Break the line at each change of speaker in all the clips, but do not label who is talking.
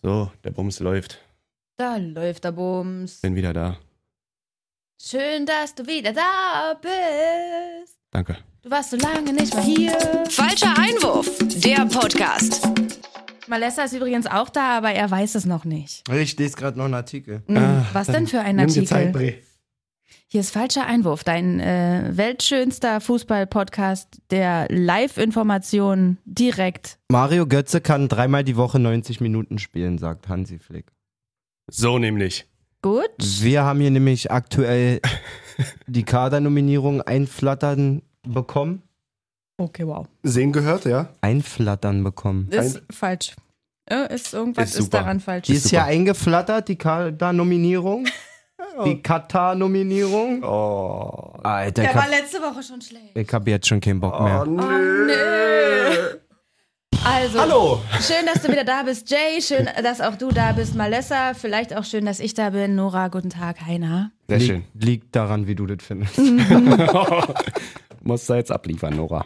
So, der Bums läuft.
Da läuft der Bums.
Bin wieder da.
Schön, dass du wieder da bist.
Danke.
Du warst so lange nicht mehr hier.
Falscher Einwurf, der Podcast.
Malessa ist übrigens auch da, aber er weiß es noch nicht.
Ich lese gerade noch einen Artikel.
Hm,
Ah,
Was denn für ein
Nimm dir Zeit,
Artikel?
Bre.
Hier ist falscher Einwurf, dein äh, weltschönster Fußball-Podcast, der Live-Informationen direkt.
Mario Götze kann dreimal die Woche 90 Minuten spielen, sagt Hansi Flick.
So nämlich.
Gut.
Wir haben hier nämlich aktuell die Kadernominierung einflattern bekommen.
Okay, wow.
Sehen gehört, ja?
Einflattern bekommen.
Ist falsch. Äh, Ist irgendwas
Ist
ist,
super.
daran falsch.
Die ist ja eingeflattert, die Kadernominierung. Die Katar-Nominierung.
Oh,
Alter,
Der
ich
war
hab,
letzte Woche schon schlecht.
ich hab jetzt schon keinen Bock
oh
mehr.
nö.
Also,
Hallo.
schön, dass du wieder da bist, Jay. Schön, dass auch du da bist, Malessa. Vielleicht auch schön, dass ich da bin. Nora, guten Tag, Heiner.
Sehr
Lieg-
schön.
Liegt daran, wie du das findest.
Musst du jetzt abliefern, Nora.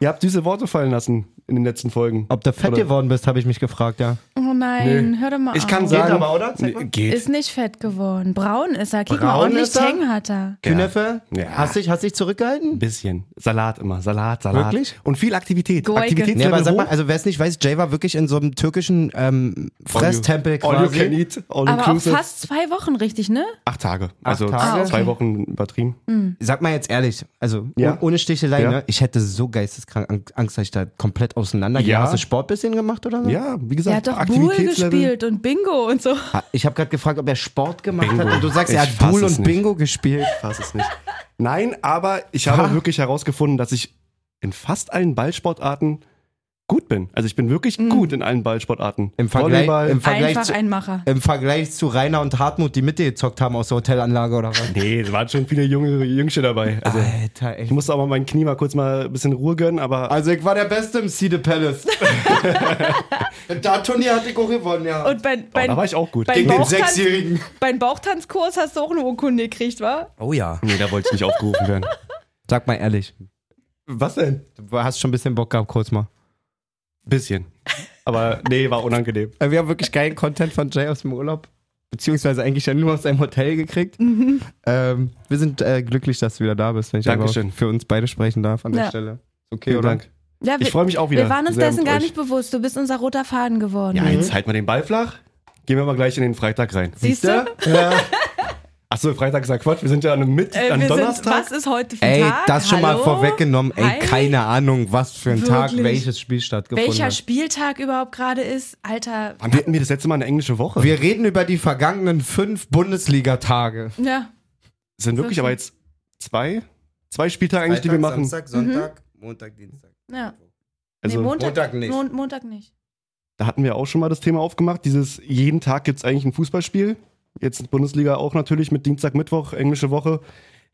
Ihr habt süße Worte fallen lassen in den letzten Folgen.
Ob du fett
Oder-
geworden bist, habe ich mich gefragt, ja.
Oh nein, hör doch mal
Ich kann
auf.
sagen.
aber, oder? Zeig mal.
Nee, geht.
Ist nicht fett geworden. Braun ist er. Guck mal,
Braun
ordentlich
ist er?
Teng hat er.
Künefe,
Ja.
hast dich, hast dich zurückgehalten?
ein bisschen. Salat immer. Salat, Salat.
Wirklich?
Und viel Aktivität.
Gurke.
Nee,
Aktivitätslevel
aber sag mal,
hoch.
also wer es nicht weiß, Jay war wirklich in so einem türkischen ähm, Fresstempel
All you
quasi.
can eat, all
Aber auch
inclusive.
fast zwei Wochen, richtig, ne?
Acht Tage. Also
Tage? Ah, okay.
zwei Wochen übertrieben.
Hm.
Sag mal jetzt ehrlich, also
Ja.
oh- ohne Stichelei,
Ja.
ne? ich hätte so geisteskrank Ang- Angst, dass ich da komplett auseinandergehe.
Ja.
Hast du Sport bisschen gemacht oder so?
Ja, wie
Der
gesagt,
hat doch Bull
Aktivitätslevel.
gespielt und Bingo und so.
Ha- Ich habe gerade gefragt, ob er Sport gemacht
Bingo.
hat und du sagst, er
Ich
hat
fass
Pool
es
und
nicht.
Bingo gespielt.
fass es nicht. Nein, aber ich habe
Ha?
wirklich herausgefunden, dass ich in fast allen Ballsportarten gut bin. Also ich bin wirklich
Mm.
gut in allen Ballsportarten.
Im Vergleich,
Volleyball.
im, Vergleich
Einfach
zu,
ein Macher.
Im Vergleich zu Rainer und Hartmut, die mitgezockt haben aus der Hotelanlage oder was?
nee, es waren schon viele jüngere Jüngsche dabei. Also
Alter,
ich
echt.
musste auch mal mein Knie mal kurz mal ein bisschen Ruhe gönnen, aber
Also ich war der Beste im Cedar Palace. da Turnier hatte ich auch gewonnen, ja.
Und bei, bei,
da war ich auch gut.
bei-
Nee,
Gegen den
Bauchtanz-
Sechsjährigen.
beim Bauchtanzkurs hast du auch eine Urkunde gekriegt, wa?
Oh ja.
da wollte ich nicht aufgerufen werden.
Sag mal ehrlich,
Was denn?
du hast schon ein bisschen Bock gehabt, kurz mal.
Bisschen. Aber nee, war unangenehm.
Äh, Wir haben wirklich geilen Content von Jay aus dem Urlaub. Beziehungsweise eigentlich ja nur aus seinem Hotel gekriegt.
Mhm.
Ähm, wir sind äh, glücklich, dass du wieder da bist, wenn ich
Dankeschön.
aber für uns beide sprechen darf an
Ja.
der Stelle. Okay,
Vielen
oder?
Dank.
Ja,
Ich freue mich auch wieder.
Wir waren uns
sehr
dessen
mit
gar
euch.
nicht Mhm. bewusst. Du bist unser roter Faden geworden.
Ja, jetzt halt mal den Ball flach. Gehen wir mal gleich in den Freitag rein.
Siehst du?
Ja.
Achso, Freitag ist ja Quatsch. Wir sind ja an einem Mitt
Äh,
an
wir
Donnerstag.
Sind, was ist heute für ein
Ey,
Tag?
das schon
Hallo?
mal vorweggenommen. Ey,
Hi.
keine Ahnung, was für ein Tag
Wirklich.
welches Spiel stattgefunden
Welcher
hat.
Spieltag überhaupt gerade ist? Alter.
Wann hatten wir das letzte Mal eine englische Woche?
Wir reden über die vergangenen fünf Bundesliga-Tage.
Ja.
Es sind wirklich aber jetzt zwei, zwei Spieltage eigentlich, die wir machen.
Sonntag, Montag, Dienstag.
Mhm. ja.
Also
nee, Montag,
Montag nicht.
Mon Montag nicht.
da hatten wir auch schon mal das Thema aufgemacht. Dieses jeden Tag gibt es eigentlich ein Fußballspiel. Jetzt Bundesliga auch natürlich mit Dienstag, Mittwoch, englische Woche.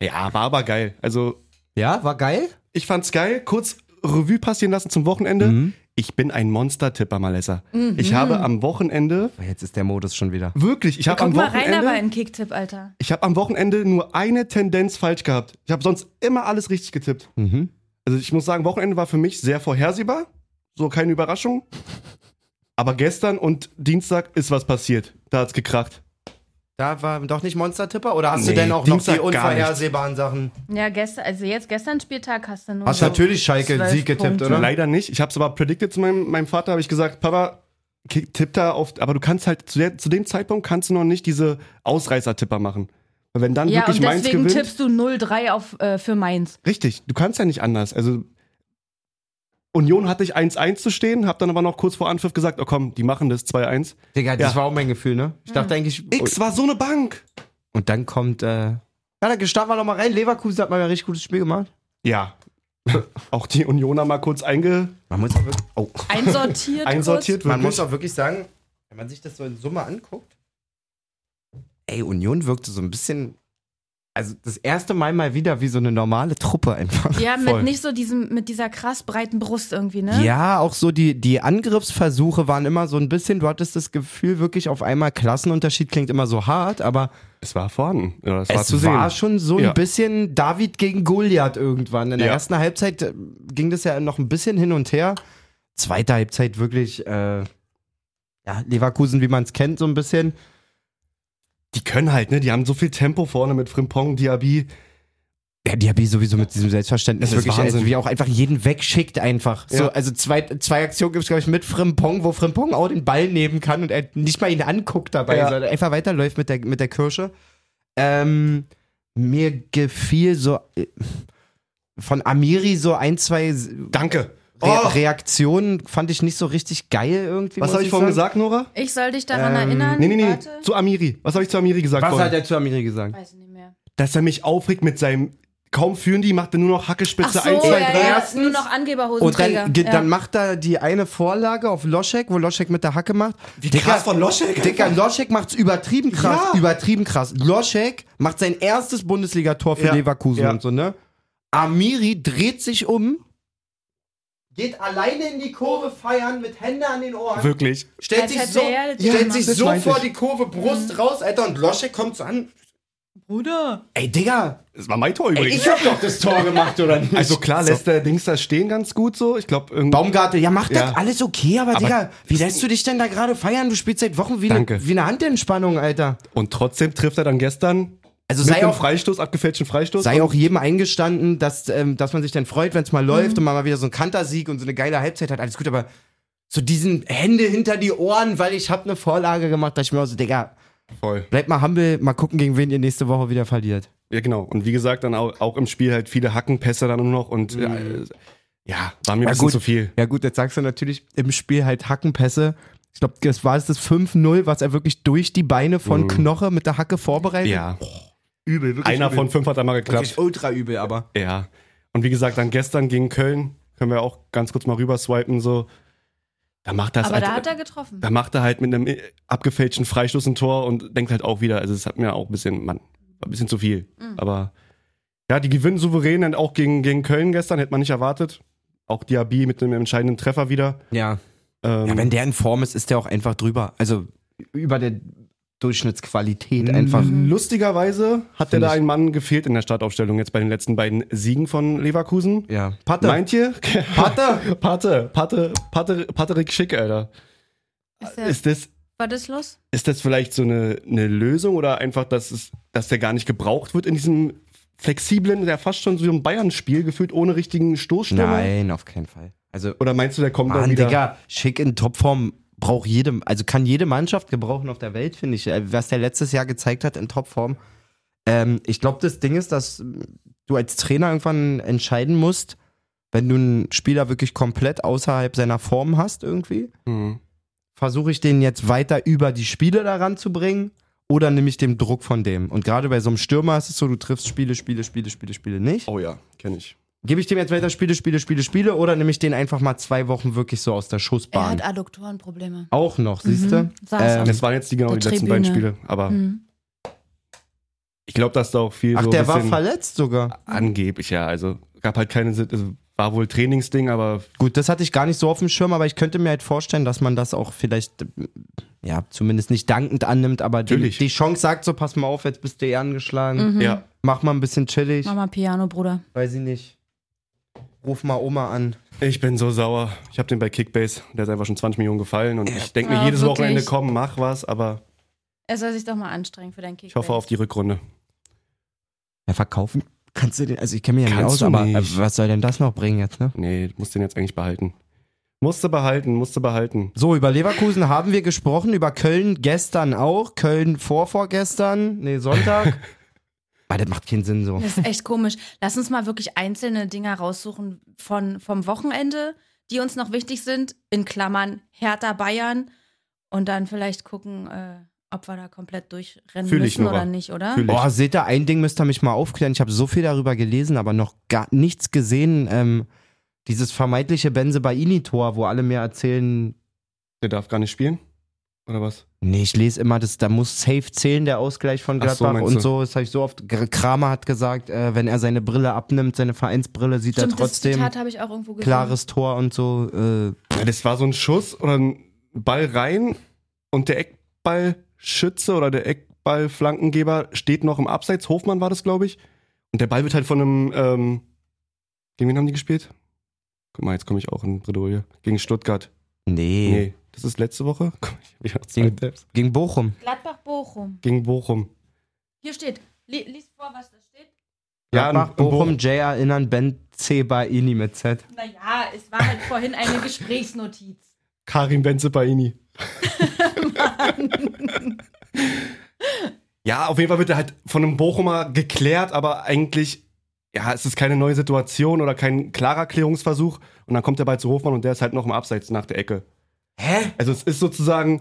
Ja, war aber geil. Also
Ja, war geil.
ich fand's geil. Kurz Revue passieren lassen zum Wochenende.
Mhm.
Mhm.
Ich bin ein Monster-Tipper, Malessa. Ich habe am Wochenende,
Jetzt ist der Modus schon wieder.
wirklich, ich habe am
Guck mal rein,
Wochenende.
aber in Kicktipp, Alter.
Ich habe am Wochenende nur eine Tendenz falsch gehabt. Ich habe sonst immer alles richtig getippt.
Mhm.
Also ich muss sagen, Wochenende war für mich sehr vorhersehbar. So keine Überraschung. Aber gestern und Dienstag ist was passiert. Da hat's gekracht.
Da war doch nicht Monster-Tipper? Oder hast
Nee,
du denn auch
Dienstag
noch
gar
die
nicht.
unvorhersehbaren Sachen? Also
Ja, gestern, also jetzt gestern Spieltag hast du nur.
Hast
so
natürlich Schalke einen
zwölf
Sieg getippt,
Punkte.
oder?
Leider nicht. Ich habe es aber predicted zu meinem, meinem Vater. Habe ich gesagt, Papa, ki- tipp da auf. Aber du kannst halt zu, der, zu dem Zeitpunkt kannst du noch nicht diese Ausreißer-Tipper machen. Weil Wenn dann
Ja,
wirklich
und
Mainz
deswegen
gewinnt,
tippst du 0-3 auf, äh, für Mainz.
Richtig, du kannst ja nicht anders. Also Union hatte ich 1-1 zu stehen, hab dann aber noch kurz vor Anpfiff gesagt, oh komm, die machen das 2-1.
Digga, das
Ja.
war auch mein Gefühl, ne? Ich dachte eigentlich.
X war so eine Bank.
Und dann kommt. Äh, ja, dann starten wir noch mal rein. Leverkusen hat mal ein richtig gutes Spiel gemacht.
Ja. Auch die Unioner mal kurz einge
Man muss auch wirklich, oh.
Einsortiert.
einsortiert
man
wirklich.
muss auch wirklich sagen, wenn man sich das so in Summe anguckt. Ey, Union wirkte so ein bisschen. Also das erste Mal mal wieder wie so eine normale Truppe einfach.
kurz. Ja,
Voll.
mit nicht so diesem, mit dieser krass breiten Brust irgendwie, ne?
Ja, auch so die, die Angriffsversuche waren immer so ein bisschen, du hattest das Gefühl, wirklich auf einmal Klassenunterschied klingt immer so hart, aber
Es war vorhanden. Ja, es, war
es
zu
war,
sehen.
schon so ein
Ja.
bisschen David gegen Goliath irgendwann. In der
Ja.
ersten Halbzeit äh, ging das ja noch ein bisschen hin und her. Zweite Halbzeit wirklich, äh, ja, Leverkusen, wie man es kennt, so ein bisschen.
Die können halt, ne? Die haben so viel Tempo vorne mit Frimpong, Diaby.
Ja, Diaby sowieso mit diesem Selbstverständnis
Das ist
wirklich,
Wahnsinn.
also wie er auch einfach jeden wegschickt einfach. So,
Ja.
also zwei, zwei Aktionen gibt es, glaube ich, mit Frimpong, wo Frimpong auch den Ball nehmen kann und er nicht mal ihn anguckt dabei,
Ja.
sondern einfach weiterläuft mit der, mit der Kirsche. Ähm, mir gefiel so äh, von Amiri so ein, zwei S- Re
Danke.
Oh, Reaktionen fand ich nicht so richtig geil irgendwie.
was
muss
habe ich
ich
vorhin gesagt,
sagen.
Nora?
Ich soll dich daran
Ähm,
erinnern.
Nee, nee, nee.
Warte.
Zu Amiri. Was habe ich zu Amiri gesagt
Was
vorhin?
hat er zu Amiri gesagt?
Weiß nicht mehr.
Dass er mich aufregt mit seinem. Kaum führen die, macht er nur noch Hackespitze
Ach so,
1, 2,
ja,
3.
ja,
Erstens.
nur noch
Und
Angeberhosenträger.
dann, ge-
ja.
dann macht er die eine Vorlage auf Loschek, wo Loschek mit der Hacke macht. Wie
krass von Loschek.
Dicker, Loschek macht's übertrieben krass.
Ja.
Übertrieben krass. Loschek macht sein erstes Bundesligator für
Ja.
Leverkusen
Ja.
und so, ne? Amiri dreht sich um, geht alleine in die Kurve feiern mit Hände an den Ohren.
Wirklich.
Stellt
Als
sich
hätte
so,
er das
stellt
gemacht.
sich
Das
so
meinte
vor
ich.
die Kurve, Brust raus, Alter, und Loschek kommt so an.
Bruder.
Ey, Digga,
Das war mein Tor
ey,
übrigens.
ich hab doch das Tor gemacht, oder nicht?
also klar
So.
lässt der Dings da stehen ganz gut so. Ich glaube, irgendwie.
Baumgartel, ja, macht
Ja.
das alles okay, aber,
Aber-
Digga, wie lässt du dich denn da gerade feiern? Du spielst seit Wochen wie,
Danke.
ne, wie eine Handentspannung, Alter.
Und trotzdem trifft er dann gestern
Also
mit
sei
einem
auch,
Freistoß, abgefälschten Freistoß.
sei auch jedem eingestanden, dass, ähm, dass man sich dann freut, wenn es mal läuft
Mhm.
und man mal wieder so einen Kantersieg und so eine geile Halbzeit hat, alles gut, aber so diesen Hände hinter die Ohren, weil ich hab eine Vorlage gemacht, da ich mir auch so, Digga,
voll.
bleib mal humble, mal gucken, gegen wen ihr nächste Woche wieder verliert.
Ja, genau. Und wie gesagt, dann auch, auch im Spiel halt viele Hackenpässe dann nur noch und äh, ja, war mir ein bisschen zu viel.
Ja Mhm. gut, jetzt sagst du natürlich im Spiel halt Hackenpässe. Ich glaube, das war es das 5-0, was er wirklich durch die Beine von Knoche mit der Hacke vorbereitet.
Mhm. Ja.
Übel, wirklich
Einer
übel.
von fünf hat einmal geklappt.
Wirklich ultra übel, aber.
Ja. Und wie gesagt, dann gestern gegen Köln können wir auch ganz kurz mal rüber swipen so. Da macht das
Aber
halt,
da hat er getroffen.
da macht er halt mit einem äh, abgefälschten Freistoß ein Tor und denkt halt auch wieder, also es hat mir auch ein bisschen, Mann, war ein bisschen zu viel. Aber ja, die gewinnen souverän und auch gegen, gegen Köln gestern, hätte man nicht erwartet. Auch Diaby mit einem entscheidenden Treffer wieder.
Ja.
Ähm,
ja. Wenn der in Form ist, ist der auch einfach drüber. Also über der Durchschnittsqualität einfach.
Mhm. Lustigerweise hat der
Finde
da
ich.
ein Mann gefehlt in der Startaufstellung jetzt bei den letzten beiden Siegen von Leverkusen.
Ja. Patte.
Meint ihr?
Patte.
Patte, Patte, Patte, Patrick Schick, Alter.
Ist der,
Ist das,
war das los?
ist das vielleicht so eine, eine Lösung oder einfach, dass, es, dass der gar nicht gebraucht wird in diesem flexiblen, der fast schon so ein Bayern-Spiel gefühlt ohne richtigen Stoßstürmer?
Nein, auf keinen Fall. Also,
Oder meinst du, der kommt dann
Mann,
wieder?
Digga, schick in Topform braucht jedem, also kann jede Mannschaft gebrauchen auf der Welt, finde ich. Äh, Was der letztes Jahr gezeigt hat in Topform. Ähm, ich glaube, das Ding ist, dass äh, du als Trainer irgendwann entscheiden musst, wenn du einen Spieler wirklich komplett außerhalb seiner Form hast irgendwie,
Hm.
versuche ich den jetzt weiter über die Spiele daran zu bringen oder nehme ich den Druck von dem? Und gerade bei so einem Stürmer ist es so, du triffst Spiele, Spiele, Spiele, Spiele, Spiele nicht.
Oh ja, kenne ich.
Gebe ich dem jetzt weiter Spiele, Spiele, Spiele, Spiele oder nehme ich den einfach mal zwei Wochen wirklich so aus der
Er
Schussbahn?
hat Mhm. Adduktorenprobleme.
Auch noch, siehst du?
Saß
Ähm,
Das waren jetzt die, genau
Der
die letzten beiden
Tribüne.
Spiele, aber
Mhm.
ich glaube, dass da auch viel
Hm. Ach,
so
der
ein
war
bisschen
verletzt sogar.
angeblich, ja, also gab halt keine, also war wohl Trainingsding, aber
Gut, das hatte ich gar nicht so auf dem Schirm, aber ich könnte mir halt vorstellen, dass man das auch vielleicht, ähm, ja, zumindest nicht dankend annimmt, aber die,
Natürlich.
die Chance sagt so, pass mal auf, jetzt bist du eh angeschlagen,
Mhm.
ja.
mach mal ein bisschen chillig,
Mama Piano, Bruder.
weiß ich nicht. Ruf mal Oma an.
Ich bin so sauer. Ich habe den bei Kickbase, der ist einfach schon 20 Millionen gefallen und ich denke mir
Ah,
jedes
wirklich?
Wochenende, komm, mach was, aber
Er soll sich doch mal anstrengen für deinen Kick.
ich hoffe auf die Rückrunde.
Ja, verkaufen kannst du den, also ich kenne mich ja nicht
Kannst
aus,
du
aber äh,
nicht.
was soll denn das noch bringen jetzt, ne?
Nee, muss den jetzt eigentlich behalten. Musste behalten, musste behalten.
So, über Leverkusen haben wir gesprochen, über Köln gestern auch, Köln vorvorgestern, nee, Sonntag. Weil Ah, das macht keinen Sinn so.
Das ist echt komisch. Lass uns mal wirklich einzelne Dinger raussuchen von, vom Wochenende, die uns noch wichtig sind. In Klammern Hertha Bayern. Und dann vielleicht gucken, äh, ob wir da komplett durchrennen
Fühl ich,
müssen
Nora.
oder nicht, oder?
Fühl ich.
Boah, seht ihr, ein Ding müsst ihr mich mal aufklären. Ich habe so viel darüber gelesen, aber noch gar nichts gesehen. Ähm, dieses vermeintliche Benze Baini-Tor, wo alle mir erzählen,
Der darf gar nicht spielen? Oder was?
Nee, ich lese immer, das, da muss safe zählen, der Ausgleich von
Ach so,
Gladbach
meinst
und
du?
so. Das habe ich so oft. Gr- Kramer hat gesagt, äh, wenn er seine Brille abnimmt, seine Vereinsbrille, sieht
Stimmt,
er trotzdem
das Zitat habe ich auch irgendwo gesehen.
klares Tor und so. Äh,
Ja, das war so ein Schuss oder ein Ball rein und der Eckballschütze oder der Eckballflankengeber steht noch im Abseits. Hofmann war das, glaube ich. Und der Ball wird halt von einem, ähm, gegen wen haben die gespielt? Guck mal, jetzt komme ich auch in Bredouille. Gegen Stuttgart.
nee.
Nee, das ist letzte Woche. Komm, ich hab wieder zwei
Gegen-
Tabs.
Gegen Bochum.
Gladbach-Bochum.
Gegen Bochum.
Hier steht. Li lies vor, was da steht.
Ja,
Gladbach,
in
Bochum,
Bochum.
J erinnern, Ben C bei Ini mit Z.
Naja, es war halt vorhin eine Gesprächsnotiz.
Karim Benzebaini. ja, auf jeden Fall wird er halt von einem Bochumer geklärt, aber eigentlich, ja, es ist keine neue Situation oder kein klarer Klärungsversuch. Und dann kommt er bald zu Hofmann und der ist halt noch im Abseits nach der Ecke. Hä? Also es ist sozusagen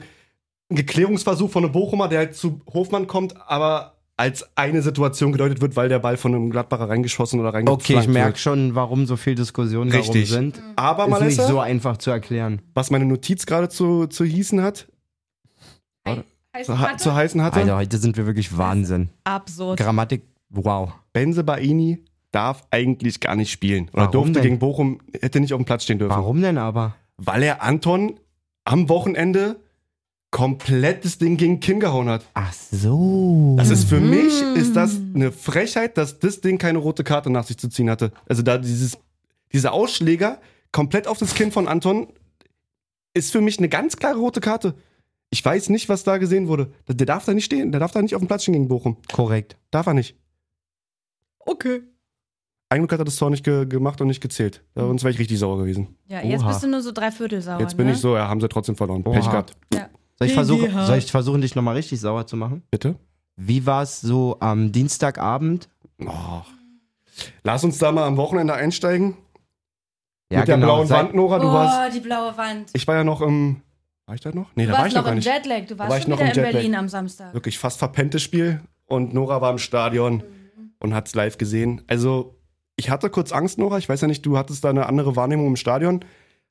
ein Geklärungsversuch von einem Bochumer, der halt zu Hofmann kommt, aber als eine Situation gedeutet wird, weil der Ball von einem Gladbacher reingeschossen oder reingeflankt
Okay, ich merke
wird.
schon, warum so viel Diskussionen darum
Richtig.
sind.
Aber
Ist nicht
Malessa,
so einfach zu erklären.
was meine Notiz gerade zu, zu hießen hat,
Heißt
zu, ha- zu
Mathe?
heißen hatte.
Alter, heute sind wir wirklich Wahnsinn.
Absurd.
Grammatik, wow.
Benze Baini darf eigentlich gar nicht spielen. Oder
Warum
durfte
denn?
gegen Bochum, hätte nicht auf dem Platz stehen dürfen.
Warum denn aber?
Weil er Anton am Wochenende komplettes Ding gegen Kim gehauen hat.
Ach so.
Das ist
Mhm.
für mich ist das eine Frechheit, dass das Ding keine rote Karte nach sich zu ziehen hatte. Also da dieses dieser Ausschläger komplett auf das Kinn von Anton ist für mich eine ganz klare rote Karte. Ich weiß nicht, was da gesehen wurde. Der- Der darf da nicht stehen, der darf da nicht auf dem Platz stehen gegen Bochum.
korrekt.
Darf er nicht.
Okay.
Eigentlich hat er das Tor nicht ge gemacht und nicht gezählt. Äh,
Mhm.
Sonst wäre ich richtig sauer gewesen.
Ja, jetzt
Oha.
bist du nur so dreiviertel sauer.
Jetzt bin
ne?
ich so, ja, haben sie trotzdem verloren.
Oha.
Pech gehabt.
Soll ich, versuchen,
GmbH.
soll ich versuchen, dich nochmal richtig sauer zu machen?
Bitte?
Wie war es so am Dienstagabend?
Oh. Lass uns da mal am Wochenende einsteigen.
Ja, genau,
mit der blauen
Seit-
Wand, Nora. ah, Du
oh,
warst.
die blaue Wand.
Ich war ja noch im. War ich da noch? Nee,
Du
da war
warst
ich noch
noch
gar
im
nicht.
Jetlag. Du
war
warst
ich
schon
noch
wieder
im
in
Jetlag.
Berlin am Samstag.
Wirklich fast verpenntes Spiel. Und Nora war im Stadion
Mhm.
und hat's live gesehen. Also, ich hatte kurz Angst, Nora. Ich weiß ja nicht, du hattest da eine andere Wahrnehmung im Stadion.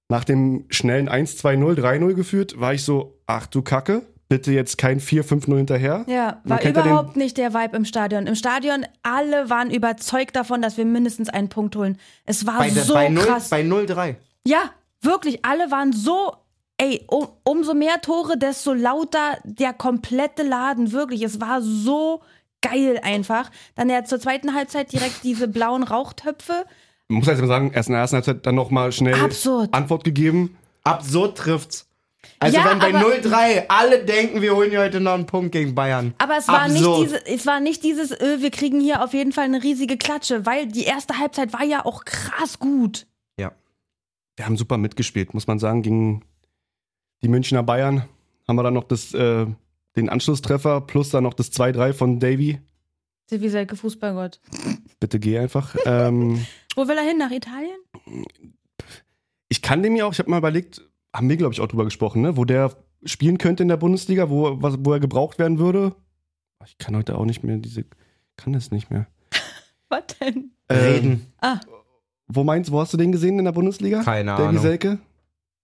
Nach dem schnellen 1-2-0, 3-0 geführt, war ich so, ach du Kacke, bitte jetzt kein 4-5-0 hinterher.
Ja,
Man
war
kennt ja den-
überhaupt nicht der Vibe im Stadion. Im Stadion, alle waren überzeugt davon, dass wir mindestens einen Punkt holen. Es war
Bei, der-
so
bei, 0,
krass.
bei 03.
ja, wirklich, alle waren so, ey, um, umso mehr Tore, desto lauter der komplette Laden, wirklich. Es war so geil einfach. Dann ja zur zweiten Halbzeit direkt diese blauen Rauchtöpfe.
Man muss jetzt mal sagen, erst in der ersten Halbzeit dann nochmal schnell
Absurd.
Antwort gegeben.
Absurd trifft's. Also
Ja,
wenn bei
aber-
03 alle denken, wir holen hier heute noch einen Punkt gegen Bayern.
Aber es war, nicht
Absurd.
diese, es war nicht dieses, äh, wir kriegen hier auf jeden Fall eine riesige Klatsche, weil die erste Halbzeit war ja auch krass gut.
Wir haben super mitgespielt, muss man sagen, gegen die Münchner Bayern. Haben wir dann noch das, äh, den Anschlusstreffer plus dann noch das 2-3 von Davy.
Wie Selke Fußballgott.
Bitte geh einfach. ähm,
Wo will er hin? Nach Italien?
ich kann dem ja auch, ich habe mal überlegt, haben wir, glaube ich, auch drüber gesprochen, ne? wo der spielen könnte in der Bundesliga, wo, was, wo er gebraucht werden würde. Ich kann heute auch nicht mehr diese, kann das nicht mehr. Ähm,
Was denn?
Äh, Ähm, Reden.
Wo meinst, wo hast du den gesehen in der Bundesliga?
Keine
der
Ahnung.
Gieselke?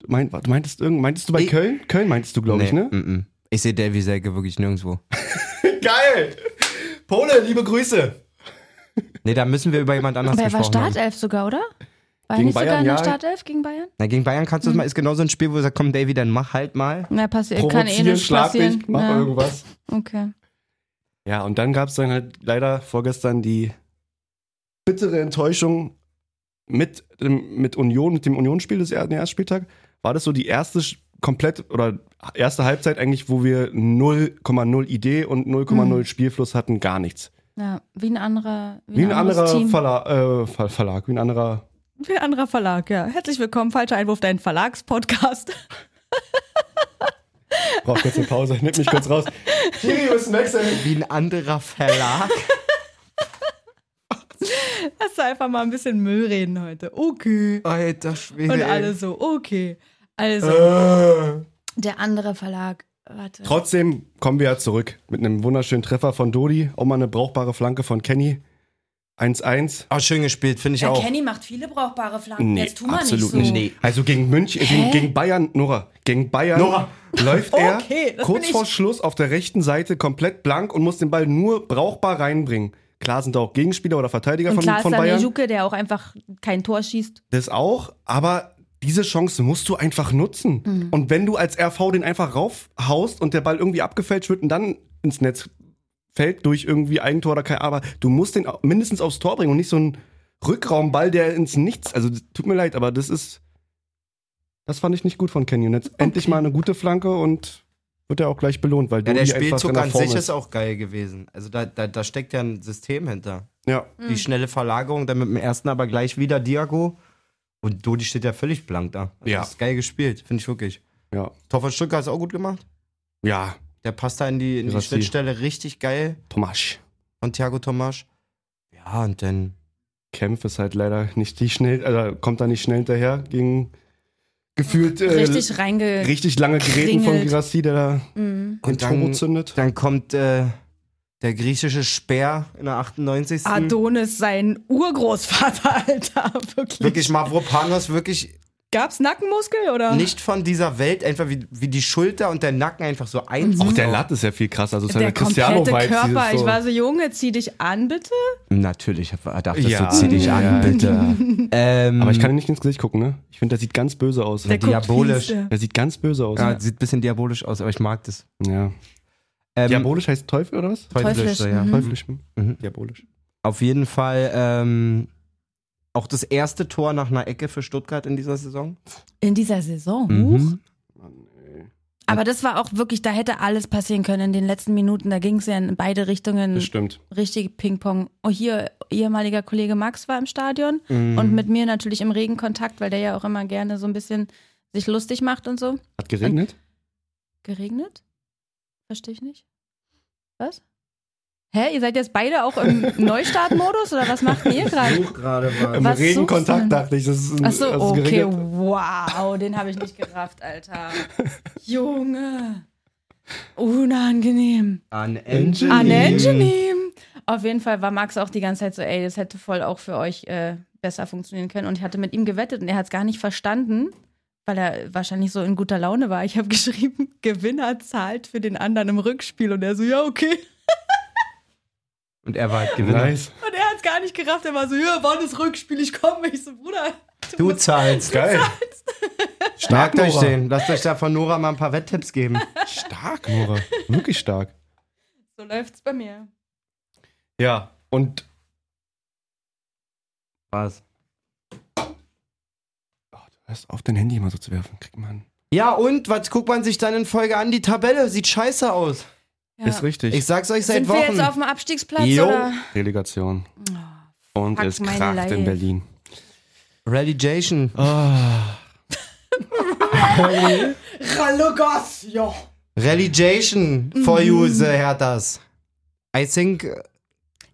Mein, warte, meintest, irgend- meintest du bei
Ich-
Köln? Köln meinst du, glaube ich, ne?
Mm -mm. Ich sehe Davy Selke wirklich nirgendwo.
Geil! Pole, liebe Grüße!
Nee, da müssen wir über jemand anders
Aber er war
gesprochen haben.
Startelf sogar, oder? War er
Gegen
nicht sogar in
Bayern,
der
ja.
Startelf gegen Bayern?
Na, gegen Bayern kannst du es mal, ist genau so ein Spiel, wo du sagst, komm Davy, dann mach halt mal.
Na, passiert, kann eh
Provozieren,
nicht
schlag
passieren. ne?
dich, mach
ja.
irgendwas.
Okay.
Ja, und dann gab es dann halt leider vorgestern die bittere Enttäuschung mit, dem, mit Union, mit dem Unionsspiel des er- den ersten Spieltag. War das so die erste sch- komplett oder erste Halbzeit eigentlich, wo wir 0,0 Idee und 0,0
Mhm.
Spielfluss hatten, gar nichts.
Ja, wie ein anderer,
Wie ein
anderes
anderer
Team.
Verla äh, Ver- Verlag, wie ein anderer.
wie ein anderer Verlag, ja. Herzlich willkommen, falscher Einwurf, dein Verlagspodcast.
Braucht kurz eine Pause, nimm mich kurz raus. Kiri, wir müssen wechseln.
Wie ein anderer Verlag.
Lass da einfach mal ein bisschen Müll reden heute. Okay.
Alter Schwede. Äh.
Und alle so, okay. Also, der andere Verlag, warte.
Trotzdem kommen wir ja zurück mit einem wunderschönen Treffer von Dodi, auch mal eine brauchbare Flanke von Kenny. 1-1.
Oh, schön gespielt, finde ich
Der
auch.
Kenny macht viele brauchbare Flanken. Jetzt tu mal
absolut
nicht so.
Also gegen München, äh, gegen, gegen Bayern, Nora, gegen Bayern
Nora.
läuft er
Okay, das bin
kurz
ich.
vor Schluss auf der rechten Seite komplett blank und muss den Ball nur brauchbar reinbringen. Klar sind da auch Gegenspieler oder Verteidiger
Und
von,
klar ist
von
da
Bayern.
Nejuke, der auch einfach kein Tor schießt.
Das auch, aber diese Chance musst du einfach nutzen. Und wenn du als RV den einfach raufhaust und der Ball irgendwie abgefälscht wird und dann ins Netz fällt durch irgendwie Eigentor oder kein Aber, du musst den au- mindestens aufs Tor bringen und nicht so einen Rückraumball, der ins Nichts. Also das tut mir leid, aber das ist Das fand ich nicht gut von Canyon. Jetzt endlich mal eine gute Flanke und wird er auch gleich belohnt, weil
Ja, der
Dodi einfach in
Spielzug
der
an
Form
sich ist auch geil gewesen. Also da, da, da steckt ja ein System hinter.
Ja,
Hm. Mhm.
Die schnelle Verlagerung, dann mit dem ersten aber gleich wieder Diago. Und Dodi steht ja völlig blank da. Also
Ja.
Das ist geil gespielt, finde ich wirklich.
ja,
Toffer Stuttgart ist auch gut gemacht.
ja.
Der passt da in die, in die
Gerassi.
Schnittstelle richtig geil
Tomasch.
von Thiago Tomasch. Ja, und dann
Kempf ist halt leider nicht die schnell, also kommt da nicht schnell hinterher gegen gefühlt äh,
Richtig reinge.
richtig lange Geräten von
kringelt.
Girassi, der da
Mhm.
den
Und dann-
Turbo zündet.
Dann kommt äh, der griechische Speer in der 98.
Ah, Adonis, sein Urgroßvater, Alter. Wirklich.
Wirklich Mavropanos, wirklich
Gab's Nackenmuskel oder?
nicht von dieser Welt, einfach wie, wie die Schulter und der Nacken einfach so eins.
Auch der Latt ist ja viel krasser, also es ist
Der
halt
komplette
Cristiano-Vibes,
Körper.
dieses
Ich
so-
war so, Junge, zieh dich an, bitte.
Natürlich dachtest
Ja.
du, zieh dich
Ja.
an, bitte. ähm,
Aber ich kann ihm nicht ins Gesicht gucken, ne? Ich finde, der sieht ganz böse aus.
Der
Der,
guckt
diabolisch.
fies, der.
sieht ganz böse aus.
ja,
Ja.
sieht ein bisschen diabolisch aus, aber ich mag das. Ähm,
Diabolisch heißt Teufel oder was?
teuflisch,
Teuflisch,
so, ja.
mhm.
Teuflisch. hm?
Mhm.
Diabolisch.
Auf jeden Fall ähm, auch das erste Tor nach einer Ecke für Stuttgart in dieser Saison.
In dieser Saison.
Mhm.
Huch. Aber das war auch wirklich, da hätte alles passieren können in den letzten Minuten. Da ging es ja in beide Richtungen
Das stimmt.
richtig Ping-Pong. Oh, hier, ehemaliger Kollege Max war im Stadion
Mhm.
und mit mir natürlich im regen Kontakt, weil der ja auch immer gerne so ein bisschen sich lustig macht und so.
Hat geregnet?
Geregnet? Verstehe ich nicht. Was? Hä, ihr seid jetzt beide auch im Neustart-Modus oder was macht ihr gerade?
gerade
Im
Was suchst du denn?
Regenkontakt dachte ich. Das ist ein,
Achso,
das ist
okay,
Also geregnet.
wow, den habe ich nicht gerafft, Alter. Junge. Unangenehm.
An
Unangenehm. Auf jeden Fall war Max auch die ganze Zeit so, ey, das hätte voll auch für euch äh, besser funktionieren können. Und ich hatte mit ihm gewettet und er hat es gar nicht verstanden, weil er wahrscheinlich so in guter Laune war. Ich habe geschrieben, Gewinner zahlt für den anderen im Rückspiel. Und er so, ja, okay.
Und er war halt Gewinner.
Nice.
Und er hat es gar nicht gerafft. Er war so, ja, wann ist Rückspiel? Ich komme. Ich so, Bruder.
Du zahlst.
Geil.
Merkt euch
Nora.
den. Lasst euch da von Nora mal ein paar Wetttipps geben.
Stark, Nora. Wirklich stark.
So läuft's bei mir.
Ja. Und
Was?
hörst auf, dein Handy immer so zu werfen. Kriegt man.
Ja, und was guckt man sich dann in Folge an? Die Tabelle sieht scheiße aus.
Ja.
Ist richtig.
Ich sag's euch seit
Sind wir
Wochen.
jetzt auf dem Abstiegsplatz?
Jo.
Oder?
Relegation. Und
Oh, fuck
es
meine
kracht
Laie.
in Berlin.
Relegation.
Ah.
Relegation.
Relegation for you,
Mhm.
the Herthas. I think, äh,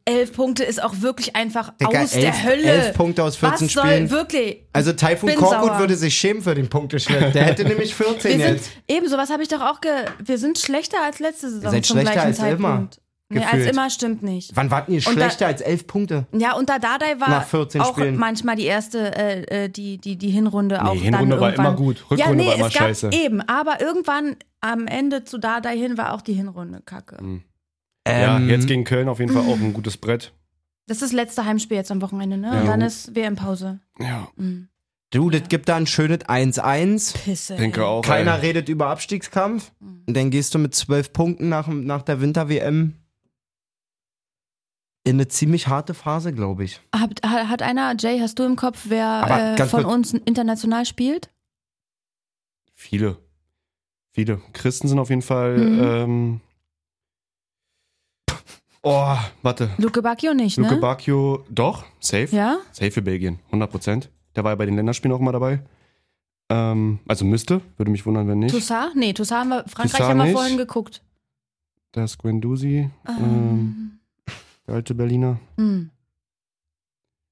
Elf Punkte ist auch wirklich einfach
Digga,
aus
elf,
der Hölle.
elf Punkte aus 14
Was
Spielen.
soll wirklich?
Also Taifun
Bin
Korkut
sauer.
würde sich schämen für den Punkteschnitt. Der hätte nämlich 14
Wir
jetzt.
sind, ebenso, was habe ich doch auch ge... Wir sind schlechter als letzte Saison
Ihr seid
zum
schlechter
gleichen
als
Zeitpunkt. Nee, als
gefühlt.
immer stimmt nicht.
Wann warten ihr
Und da-
schlechter als 11 Punkte?
Ja, und da Dardai war
Nach 14
auch
Spielen.
manchmal die erste, äh, äh, die, die, die Hinrunde auch dann
Hinrunde war
irgendwann.
immer gut, Rückrunde
ja, nee,
war immer
es gab eh-
scheiße.
eben, aber irgendwann am Ende zu Dardai hin war auch die Hinrunde kacke.
Hm. ja,
Ähm,
jetzt gegen Köln auf jeden Fall auch ein gutes Brett.
Das ist das letzte Heimspiel jetzt am Wochenende, ne?
Ja.
Und dann ist WM-Pause.
Ja,
Mhm.
Du, das gibt da ein schönes 1-1.
Pisse.
denke
ey.
auch.
Keiner
ey.
redet über Abstiegskampf.
Mhm.
Und dann gehst du mit 12 Punkten nach, nach der Winter-WM in eine ziemlich harte Phase, glaube ich.
Hat, hat hat einer, Jay, hast du im Kopf,
Aber
wer äh,
ganz
von
kurz-
uns international spielt?
Viele. Viele. Christen sind auf jeden Fall.
Mhm.
Ähm, oh, warte.
Luke Bacchio nicht,
Luke
ne?
Bacchio, doch, safe.
ja?
Safe für Belgien, 100 Prozent. Der war ja bei den Länderspielen auch mal dabei. Ähm, also müsste, würde mich wundern, wenn nicht.
Toussaint? Nee, Toussaint haben wir, Frankreich
Toussaint
haben wir
nicht.
vorhin geguckt.
Da ist Guendouzi, ähm,
Ähm,
der alte Berliner.
hm.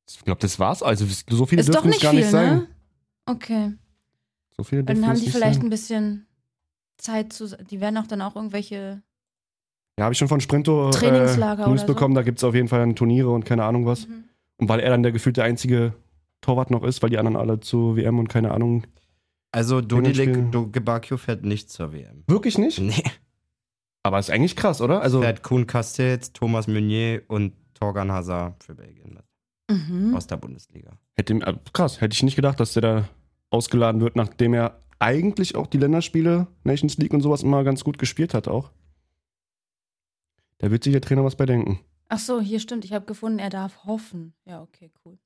Ich glaube, das war's. Also so viele
Ist doch
dürfen es
nicht
gar
viel,
nicht sein.
ne? Okay.
So viele dürfen
Dann haben
es
die
nicht
vielleicht
sein.
ein bisschen Zeit zu. Die werden auch dann auch irgendwelche.
Ja, habe ich schon von Sprinto
Trainingslager
äh, News
oder so.
bekommen. Da gibt es auf jeden Fall dann Turniere und keine Ahnung was.
Mhm.
Und weil er dann der gefühlte einzige Torwart noch ist, weil die anderen alle zu WM und keine Ahnung.
Also,
Spielen.
Dodi Gebakio fährt nicht zur WM.
Wirklich nicht?
Nee.
Mhm. Aber ist eigentlich krass, oder? Also,
Fährt Kuhn Castells, Thomas Meunier und Torgan Hazard für Belgien mit.
Mhm.
aus der Bundesliga.
hätte, äh, krass, hätte ich nicht gedacht, dass der da ausgeladen wird, nachdem er eigentlich auch die Länderspiele, Nations League und sowas immer ganz gut gespielt hat auch. Da wird sich der Trainer was bei denken.
Ach so, hier stimmt. Ich habe gefunden, er darf hoffen. Ja, okay, cool.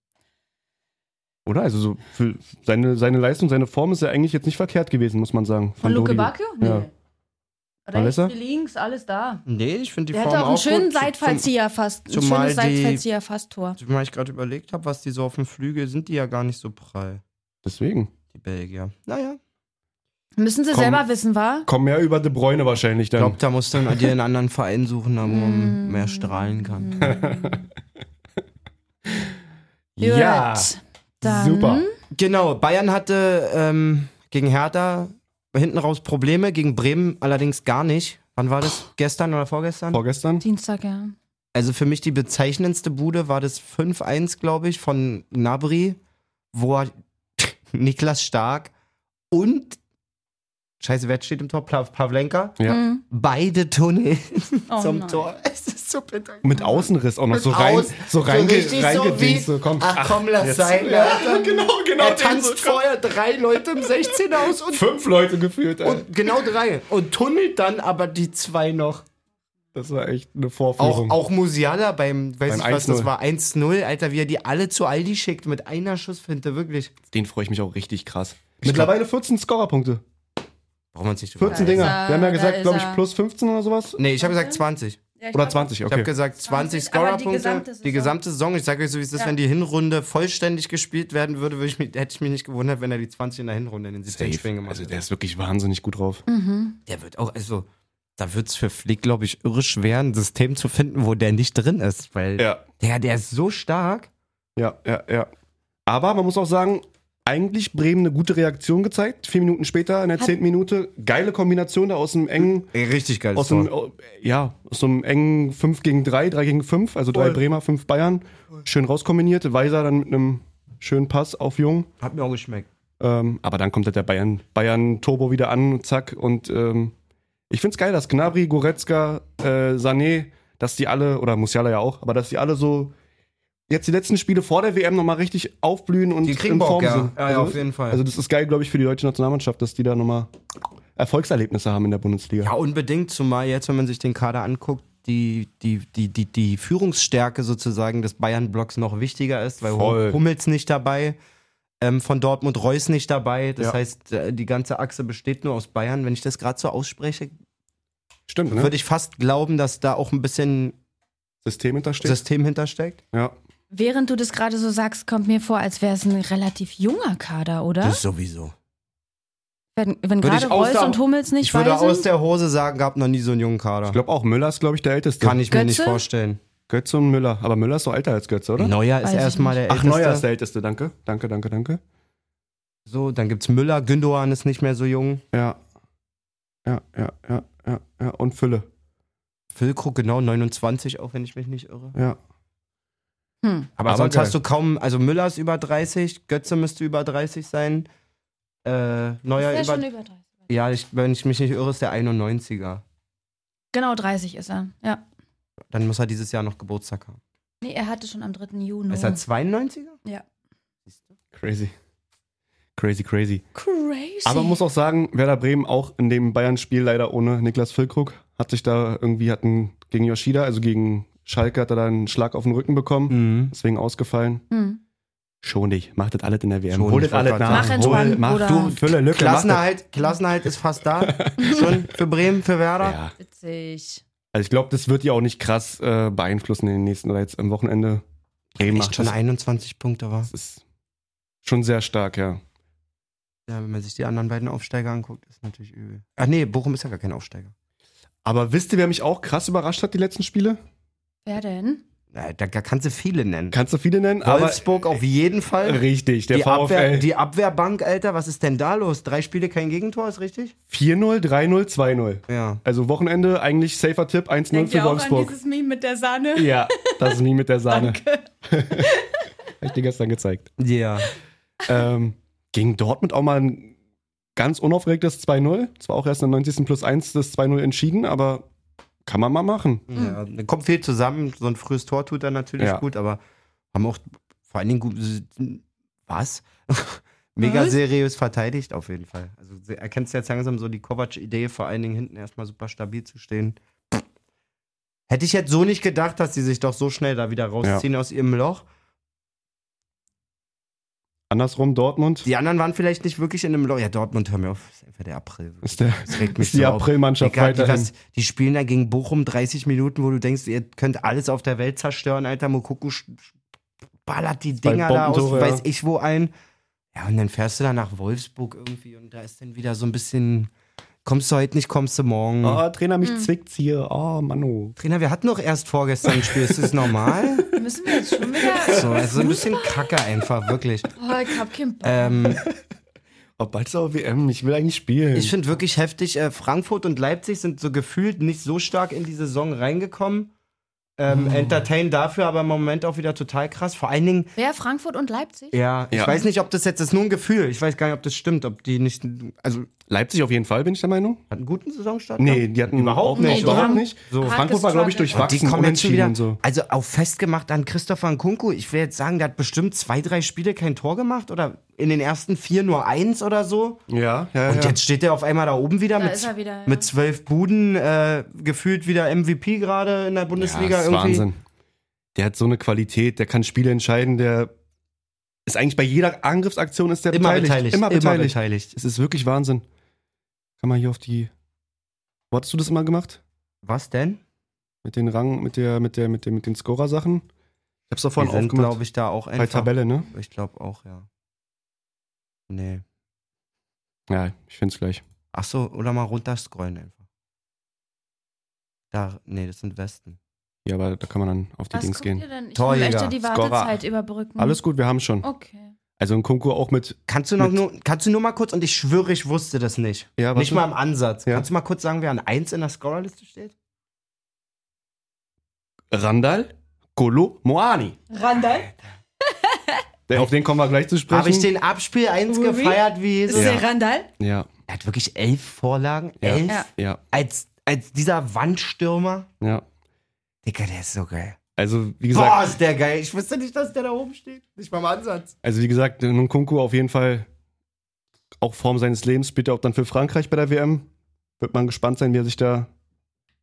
Oder? Also so für seine, seine Leistung, seine Form ist ja eigentlich jetzt nicht verkehrt gewesen, muss man sagen.
Von Luke
Dodi.
Bacchio? Nee.
Ja.
Rechts,
Vanessa?
links, alles da.
Nee, ich finde die
Der
Form
hatte auch einen schönen
gut.
Seitfallzieher fast. Ein
zumal
schönes
die-
Seitfallzieher fast Tor.
Zum, zumal ich gerade überlegt habe, was die so auf dem Flügel sind, die ja gar nicht so prall,
Deswegen.
die Belgier. Naja.
Müssen sie
Komm.
selber wissen, wa?
Kommen mehr über De Bruyne wahrscheinlich
Ich glaube,
dann.
da musst du dir einen anderen Verein suchen, wo man
Mm.
mehr strahlen kann.
Mhm.
ja.
Gut. Dann
Super.
Genau, Bayern hatte ähm, gegen Hertha hinten raus Probleme, gegen Bremen allerdings gar nicht. Wann war das? Gestern oder vorgestern?
Vorgestern?
Dienstag, ja.
Also für mich die bezeichnendste Bude war das 5-1, glaube ich, von Gnabry, wo er Niklas Stark und Scheiße, wer steht im Tor? Pa- Pavlenka.
Ja.
Mhm.
Beide Tunnel
Oh
zum
nein.
Tor. Es ist so bitter.
Mit Außenriss auch noch
Mit
so rein,
Außen-
so rein,
richtig so
reingedingst,
wie-
so, komm.
Ach komm, lass
jetzt-
sein.
Ja, genau, genau.
Er
den so,
tanzt
komm.
vorher drei Leute im 16er aus und
Fünf Leute geführt, ey.
Und genau drei. Und tunnelt dann aber die zwei noch.
Das war echt eine
Auch,
Vorführung.
auch Musiala beim, weiß
Beim
ich was, das
1-0.
war 1-0, Alter, wie er die alle zu Aldi schickt mit einer Schussfinte, wirklich.
Den freue ich mich auch richtig krass. Mittlerweile 14 Scorerpunkte.
Braucht man sich
14
Da ist
Dinger.
er,
Wir haben ja
da
gesagt,
ist
glaube ich,
er.
plus 15 oder sowas.
Nee, ich habe gesagt 20.
Ja, ich
Oder
glaub-
20,
Ich habe
okay.
gesagt 20
aber die
Scorerpunkte.
gesamte Saison.
Die gesamte Saison. Ich sage euch so, wie es ist,
Ja.
wenn die Hinrunde vollständig gespielt werden würde, würde ich mich, hätte ich mich nicht gewundert, wenn er die 20 in der Hinrunde in den 17 Spielen
Safe.
gemacht
Also
hätte.
der ist wirklich wahnsinnig gut drauf.
Mhm.
Der wird auch, also, da wird es für Flick, glaube ich, irre schwer, ein System zu finden, wo der nicht drin ist, weil
Ja.
der, der ist so stark.
Ja, ja, ja. Aber man muss auch sagen, eigentlich Bremen eine gute Reaktion gezeigt. Vier Minuten später, in der
Hat-
zehnten Minute, geile Kombination da aus einem engen,
Richtig geil.
aus einem, oh, ja, aus einem engen 5 gegen 3, 3 gegen 5, also drei
Voll.
Bremer, fünf Bayern. Schön rauskombiniert. Weiser dann mit einem schönen Pass auf Jung.
Hat mir auch geschmeckt.
Ähm, aber dann kommt halt der Bayern, Bayern Turbo wieder an, und zack. Und ähm, ich find's geil, dass Gnabry, Goretzka, äh, Sané, dass die alle, oder Musiala ja auch, aber dass die alle so jetzt die letzten Spiele vor der WM nochmal richtig aufblühen und
Die kriegen
in
Bock,
Form
ja.
sind.
Ja, ja,
also,
auf jeden Fall.
Also das ist geil, glaube ich, für die deutsche Nationalmannschaft, dass die da nochmal Erfolgserlebnisse haben in der Bundesliga.
Ja, unbedingt, zumal jetzt, wenn man sich den Kader anguckt, die, die, die, die, die Führungsstärke sozusagen des Bayern-Blocks noch wichtiger ist, weil
Voll.
Hummels nicht dabei, ähm, von Dortmund Reus nicht dabei. Das
Ja.
heißt, äh, die ganze Achse besteht nur aus Bayern. Wenn ich das gerade so ausspreche,
Stimmt, ne?
würde ich fast glauben, dass da auch ein bisschen
System hintersteht.
System hintersteckt.
ja.
Während du das gerade so sagst, kommt mir vor, als wäre es ein relativ junger Kader, oder?
sowieso.
wenn wenn
Würde
gerade
ich aus
Reus
der-
und Hummels nicht
Ich würde
bei
aus
sind.
der Hose sagen, gab noch nie so einen jungen Kader.
Ich glaube auch, Müller ist, glaube ich, der Älteste.
Kann ich mir nicht
Götze?
vorstellen.
Götze und Müller. Aber Müller ist doch älter als Götze, oder?
Neuer ist
Weiß ich
erstmal der
Ach,
Älteste.
Neuer ist der Älteste, danke. Danke, danke, danke.
So, dann gibt's Müller, Gündogan ist nicht mehr so jung.
Ja. Ja, ja, ja, ja, ja. Und Fülle.
Füllkrug genau 29 auch, wenn ich mich nicht irre.
Ja.
Hm.
Aber,
Aber
sonst
geil.
hast du kaum, also Müller ist über 30, Götze müsste über 30 sein. Äh,
ist
Neuer
er
über
schon über 30?
Ja, ich, wenn ich mich nicht irre, ist der 91er.
Genau, 30 ist er. Ja.
Dann muss er dieses Jahr noch Geburtstag haben.
Nee, er hatte schon am 3. Juni.
Ist halt er 92er?
Crazy. Crazy, crazy.
Crazy.
Aber muss auch sagen, Werder Bremen auch in dem Bayern-Spiel leider ohne Niklas Füllkrug hat sich da irgendwie hatten gegen Yoshida, also gegen Schalke, hat er da einen Schlag auf den Rücken bekommen.
Mhm.
Deswegen ausgefallen.
hm.
Schon dich. Macht das alles in der WM.
Schon
Holt
dich,
das alles
wollte
nach.
grad sagen. Mach
Hol,
entspannt,
mach
Bruder.
du Fülle, Lücke. mach das.
Klassenerhalt, Klassenerhalt ist fast da. schon für Bremen, für Werder.
Ja.
Witzig.
Also ich glaube, das wird ja auch nicht krass äh, beeinflussen in den nächsten oder jetzt am Wochenende. Bremen
Echt
macht
schon
das.
21 Punkte war.
Das ist schon sehr stark, ja.
Ja, wenn man sich die anderen beiden Aufsteiger anguckt, ist natürlich übel. Ach nee, Bochum ist ja gar kein Aufsteiger.
Aber wisst ihr, wer mich auch krass überrascht hat, die letzten Spiele?
Wer denn?
Na, Äh, Da da kannst du viele nennen.
Kannst du viele nennen,
Wolfsburg auf jeden
aber
Fall.
richtig, der
die, Abwehr,
VfL.
die Abwehrbank, Alter, was ist denn da los? Drei Spiele, kein Gegentor, ist richtig?
4-0, 3-0, 2-0.
Ja.
Also Wochenende eigentlich safer Tipp 1-0 für Wolfsburg.
Meme mit der Sahne?
Ja, das ist nie mit der Sahne. Hab ich dir gestern gezeigt.
Ja.
Ähm, gegen Dortmund auch mal ein ganz unaufgeregtes 2-0. Zwar auch erst in der 90. plus 1 das 2-0 entschieden, aber kann man mal machen.
ja. Dann kommt viel zusammen. So ein frühes Tor tut dann natürlich
Ja.
gut, aber haben auch vor allen Dingen gut. Was? Mega
Was?
seriös verteidigt, auf jeden Fall. Also se- erkennst du jetzt langsam so die Kovac-Idee, vor allen Dingen hinten erstmal super stabil zu stehen. Hätte ich jetzt so nicht gedacht, dass die sich doch so schnell da wieder rausziehen aus ihrem Loch.
Andersrum Dortmund.
Die anderen waren vielleicht nicht wirklich in einem Loch. Ja, Dortmund, hör mir auf, ist einfach der April.
Ist der,
Das regt mich
ist die
so auf.
Aprilmannschaft
Digga, die,
weiterhin.
was, die spielen da gegen Bochum 30 Minuten, wo du denkst, ihr könnt alles auf der Welt zerstören, Alter. Mokoku sch- sch- ballert die
Zwei
Dinger da aus,
Bombentore,
weiß
ja.
ich wo ein. Ja, und dann fährst du da nach Wolfsburg irgendwie und da ist dann wieder so ein bisschen, kommst du heute nicht, kommst du morgen.
Oh, Trainer, mich zwickt's hier. Oh, Manu.
Trainer, wir hatten doch erst vorgestern ein Spiel, ist das normal?
Müssen wir jetzt schon wieder.
So, also ein bisschen kacke einfach, wirklich.
Oh, ich hab keinen Bock.
Ähm,
Oh, bald ist auch WM. Ich will eigentlich spielen.
Ich finde wirklich heftig, äh, Frankfurt und Leipzig sind so gefühlt nicht so stark in die Saison reingekommen. Ähm,
Oh.
Entertain dafür aber im Moment auch wieder total krass. Vor allen Dingen,
Wer? Frankfurt und Leipzig?
ja, ich
Ja.
weiß nicht, ob das jetzt das ist nur ein Gefühl. Ich weiß gar nicht, ob das stimmt, ob die nicht, also hat
Leipzig auf jeden Fall, bin ich der Meinung.
einen guten Saisonstart.
Nee,
gehabt?
die hatten auch
Überhaupt nicht,
Überhaupt
oder?
nicht.
So.
Hart
Frankfurt war, glaube ich,
gestruggelt.
Und die
durchwachsen,
kommen jetzt schon
unentschieden
wieder,
und so.
also auch festgemacht an Christopher Nkunku. Ich will jetzt sagen, der hat bestimmt zwei, drei Spiele kein Tor gemacht oder in den ersten vier nur eins oder so.
Ja, ja,
Und
ja.
jetzt steht er auf einmal da oben wieder,
Da
mit,
ist er wieder, ja.
mit zwölf Buden, äh, gefühlt wieder MVP gerade in der
ja,
Bundesliga
das ist
irgendwie.
Wahnsinn. Der hat so eine Qualität, der kann Spiele entscheiden, der ist eigentlich bei jeder Angriffsaktion ist der
Immer
beteiligt.
beteiligt.
Immer beteiligt.
beteiligt.
Es ist wirklich Wahnsinn. Kann man hier auf die. Wo hattest du das immer gemacht?
Was denn?
Mit den Rang, mit der, mit der, mit der, mit den Scorer-Sachen? Ich hab's doch vorhin
Wir sind,
aufgemacht.
glaube ich, da auch
bei
einfach.
Tabelle, ne?
Ich glaube auch, ja. Nee.
Ja, ich find's gleich.
Ach so, oder mal runterscrollen einfach. Da, nee, das sind Westen.
Ja, aber da kann man dann auf die
Was
Dings
guckt
gehen.
ihr denn? Ich
Torjäger,
möchte die
Scorer.
Wartezeit überbrücken.
Alles gut, wir haben schon.
Okay.
Also ein Konkur auch mit.
Kannst du noch
Mit-
nur, kannst du nur mal kurz, und ich schwöre, ich wusste das nicht.
Ja,
nicht mal im Ansatz.
Ja.
Kannst du mal kurz sagen, wer an 1 in der Scorerliste steht?
Randall, Kolo, Moani.
Randall?
Der, auf den kommen wir gleich zu sprechen.
Habe ich den Abspiel 1
Uri?
gefeiert wie
Ist
Jesus?
der Randall?
ja,
Er hat wirklich elf Vorlagen.
Ja.
Elf?
Ja.
ja,
Als, als dieser Wandstürmer.
ja.
Digga, der ist so geil.
Also wie gesagt,
Boah, ist der geil. Ich wusste nicht, dass der da oben steht. Nicht mal im Ansatz.
also wie gesagt, Nkunku auf jeden Fall auch Form seines Lebens spielt er auch dann für Frankreich bei der WM. Wird man gespannt sein, wie er sich da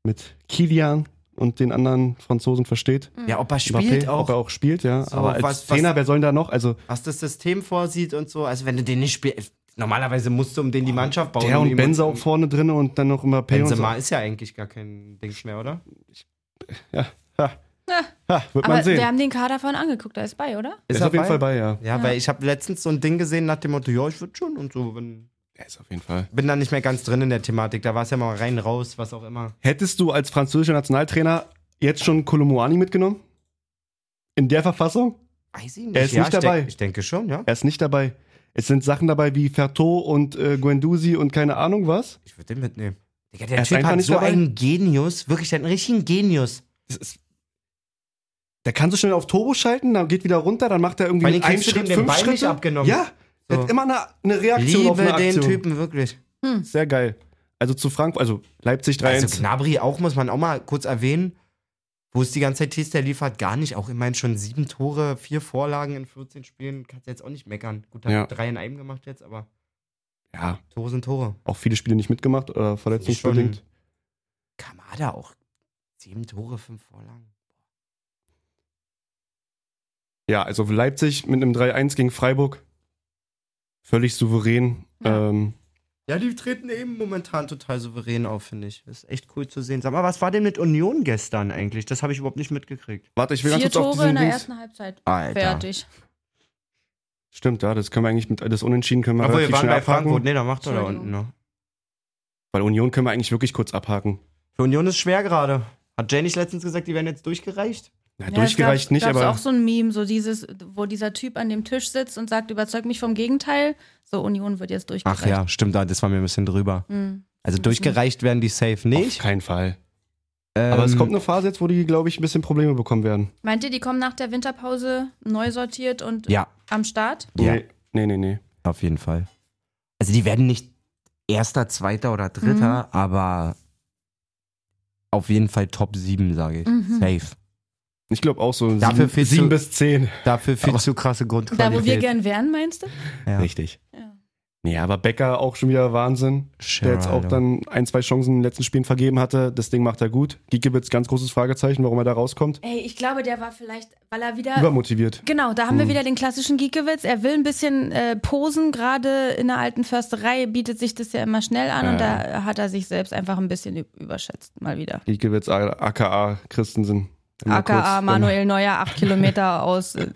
mit Kilian und den anderen Franzosen versteht.
Ja, ob er
Mbappé,
spielt
Ob er
auch,
auch spielt, ja.
So,
Aber als
was- was-
Trainer, wer soll denn da noch? Also
was das System vorsieht und so. Also wenn du den nicht spielst, normalerweise musst du um den die Mannschaft bauen.
der
um
und
die-
Benza auch vorne drin und dann noch immer Pay und so.
Benzema ist ja eigentlich gar kein Dings mehr, oder?
Ha, wird
Aber
man sehen.
wir haben den Kader vorhin angeguckt, da ist bei, oder?
Der ist auf jeden Fall bei, ja.
Ja,
Ja.
weil ich habe letztens so ein Ding gesehen nach dem Motto, ja, ich würde schon und so. Bin,
Er ist auf jeden Fall.
bin da nicht mehr ganz drin in der Thematik. Da war es ja mal rein, raus, was auch immer.
Hättest du als französischer Nationaltrainer jetzt schon Kolomoani mitgenommen? In der Verfassung?
Weiß ich nicht.
Er ist
ja,
nicht
ich
dabei.
Denk, ich denke schon, ja.
Er ist nicht dabei. Es sind Sachen dabei wie Ferto und äh, Guendouzi und keine Ahnung was.
Ich würde den mitnehmen. Digga, der
Er ist
Typ
einfach
hat
nicht
so
dabei?
einen Genius, wirklich der hat einen richtigen Genius.
Das ist, der kann so schnell auf Turbo schalten, dann geht wieder runter, dann macht er irgendwie
Weil den
mit einem
kriegst du dem
Schritt,
den
fünf
Ball
Schritte.
nicht abgenommen.
Ja,
So.
er hat immer eine, eine Reaktion auf eine
Liebe den
Aktion.
Typen wirklich.
Hm.
Sehr geil. Also zu Frank, also Leipzig 3
Also Gnabry auch, muss man auch mal kurz erwähnen, wo es die ganze Zeit hieß, der liefert gar nicht. Auch immerhin schon sieben Tore, vier Vorlagen in 14 Spielen. Kannst du jetzt auch nicht meckern. Gut, hat
Ja.
drei in einem gemacht jetzt, aber
Ja,
Tore sind Tore.
auch viele Spiele nicht mitgemacht oder verletzungsbedingt.
Kamada auch. Sieben Tore, fünf Vorlagen.
Ja, also Leipzig mit einem 3-1 gegen Freiburg. Völlig souverän.
Ja.
Ähm,
Ja, die treten eben momentan total souverän auf, finde ich. Ist echt cool zu sehen. Sag mal, was war denn mit Union gestern eigentlich? Das habe ich überhaupt nicht mitgekriegt.
warte, ich will ganz
Vier
kurz auf
Tore
diesen
in der
Dings.
ersten Halbzeit.
Alter.
Fertig.
Stimmt, ja, das können wir eigentlich mit das Unentschieden können wir
Obwohl, wir
relativ
waren
schnell
bei
abhaken.
Frankfurt. ne? Nee, da macht er da
Entschuldigung.
unten noch.
Weil Union können wir eigentlich wirklich kurz abhaken.
Für Union ist schwer gerade. Hat Jay nicht letztens gesagt, die werden jetzt durchgereicht?
Ja, durchgereicht
gab's,
nicht,
gab's
aber
auch so ein Meme, so dieses, wo dieser Typ an dem Tisch sitzt und sagt, überzeug mich vom Gegenteil. So, Union wird jetzt durchgereicht.
Ach ja, stimmt, da- das war mir ein bisschen drüber.
Hm.
Also durchgereicht werden die safe
auf
nicht.
keinen Fall.
Ähm,
Aber es kommt eine Phase jetzt, wo die, glaube ich, ein bisschen Probleme bekommen werden.
Meint ihr, die kommen nach der Winterpause neu sortiert und
Ja,
am Start?
Ja.
Nee, nee, nee. nee.
auf jeden Fall. Also die werden nicht erster, zweiter oder dritter,
Mhm.
aber auf jeden Fall Top 7, sage ich.
Mhm.
Safe.
Ich glaube auch so
Dafür
sieben,
viel zu-
sieben bis zehn.
Dafür viel
Aber-
zu krasse
Da, wo wir
Grundqualität.
gern wären, meinst du?
Ja.
Richtig.
Ja.
Nee, aber Becker auch schon wieder Wahnsinn. Der jetzt auch dann ein, zwei Chancen in den letzten Spielen vergeben hatte. Das Ding macht er gut. Giekewitz, ganz großes Fragezeichen, warum er da rauskommt.
Ey, ich glaube, der war vielleicht, weil er wieder.
Übermotiviert.
Genau, da haben wir wieder den klassischen Giekewitz. Er will ein bisschen äh, posen, gerade in der alten Försterei bietet sich das ja immer schnell an und da hat er sich selbst einfach ein bisschen üb- überschätzt, mal wieder.
Giekewitz, aka Christensen. Mal
AKA
kurz,
Manuel Neuer, acht Kilometer aus. äh,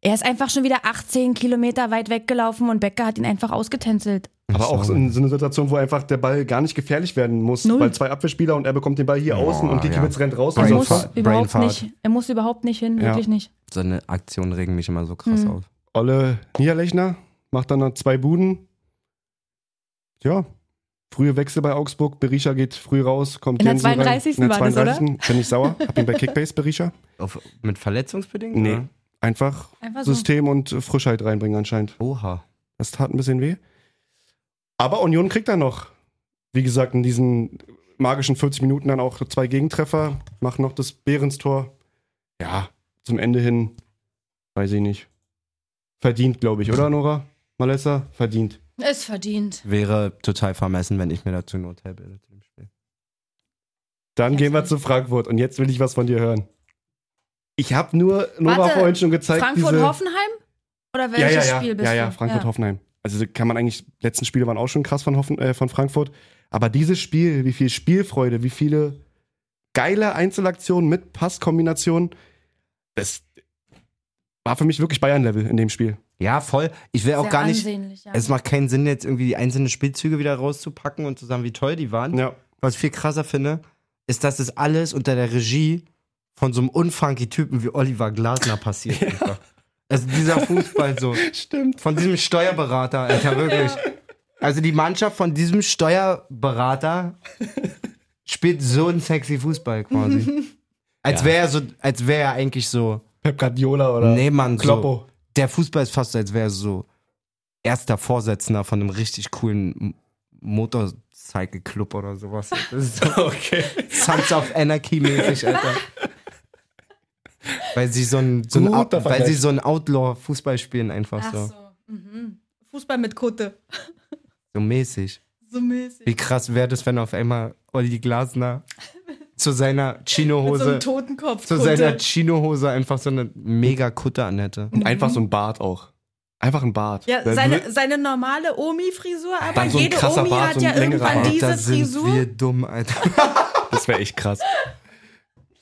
Er ist einfach schon wieder 18 Kilometer weit weggelaufen und Becker hat ihn einfach ausgetänzelt.
Ähm, aber auch so in so einer Situation, wo einfach der Ball gar nicht gefährlich werden muss.
Null.
Weil zwei Abwehrspieler und er bekommt den Ball hier außen und Giekewitz rennt raus.
Er
Brain
Also,
muss,
fart,
überhaupt
brainfart.
nicht, er muss überhaupt nicht hin,
Ja.
wirklich nicht.
So eine Aktion regen mich immer so krass
Mhm.
auf.
Olle Niederlechner macht dann noch zwei Buden. Tja, frühe Wechsel bei Augsburg. Berisha geht früh raus, kommt
In der
Jensen rein.
32.
In der
war das, oder?
32. Bin ich sauer. Hab ihn bei Kickbase, Berisha.
Auf, mit verletzungsbedingt?
Nee.
oder?
Einfach
Einfach so.
System und äh, Frischheit reinbringen anscheinend.
Oha.
Das tat ein bisschen weh. Aber Union kriegt dann noch, wie gesagt, in diesen magischen 40 Minuten dann auch zwei Gegentreffer, macht noch das Behrens-Tor. Ja, zum Ende hin, weiß ich nicht. Verdient, glaube ich, oder Nora? Malessa? Verdient.
Ist verdient.
Wäre total vermessen, wenn ich mir dazu ein Urteil bilde zu dem Spiel.
Dann
Ja,
gehen wir
sorry.
zu Frankfurt und jetzt will ich was von dir hören. Ich habe nur Nora
Warte,
vorhin schon gezeigt. diese,
Frankfurt-Hoffenheim? Oder welches
ja, ja,
Spiel
ja,
bist
ja,
du?
ja, Frankfurt-Hoffenheim. Also kann man eigentlich, letzten Spiele waren auch schon krass von, Hoffen, äh, von Frankfurt. Aber dieses Spiel, wie viel Spielfreude, wie viele geile Einzelaktionen mit Passkombinationen, das war für mich wirklich Bayern-Level in dem Spiel.
Ja, voll. Ich will
Sehr
auch gar nicht.
ansehnlich, ja.
Es macht keinen Sinn, jetzt irgendwie die einzelnen Spielzüge wieder rauszupacken und zu sagen, wie toll die waren.
Ja.
Was ich viel krasser finde, ist, dass das alles unter der Regie von so einem unfunky Typen wie Oliver Glasner passiert. einfach. Also dieser Fußball so.
Stimmt.
Von diesem Steuerberater, Alter, wirklich. Also die Mannschaft von diesem Steuerberater spielt so einen sexy Fußball quasi. Als wäre er so, als wäre er eigentlich so.
Pep Guardiola oder
nee, Mann, so.
Kloppo.
Der Fußball ist fast, so, als wäre er so erster Vorsitzender von einem richtig coolen M- Motorcycle-Club oder sowas. Das ist so
Okay.
Sons of Anarchy-mäßig, Alter. Weil sie so ein, so ein,
Guter
Out- weil
Vergleich.
sie so ein Outlaw-Fußball spielen, einfach
Ach
so.
so. Mhm. Fußball mit Kutte.
So mäßig.
So mäßig.
Wie krass wäre das, wenn auf einmal Olli Glasner zu seiner
Mit so
Chinohose
einem Totenkopf.
zu seiner Chinohose einfach so eine mega Kutte anhätte.
Und einfach so ein Bart auch. Einfach ein Bart.
Ja,
Weil
seine,
wir-
seine normale Omi-Frisur, aber
Dann so ein
jede
krasser
Omi
Bart,
hat
so ein
ja
längerer
irgendwann
Bart.
diese
Alter, sind wir
Frisur.
dumm, Alter.
das wäre echt krass.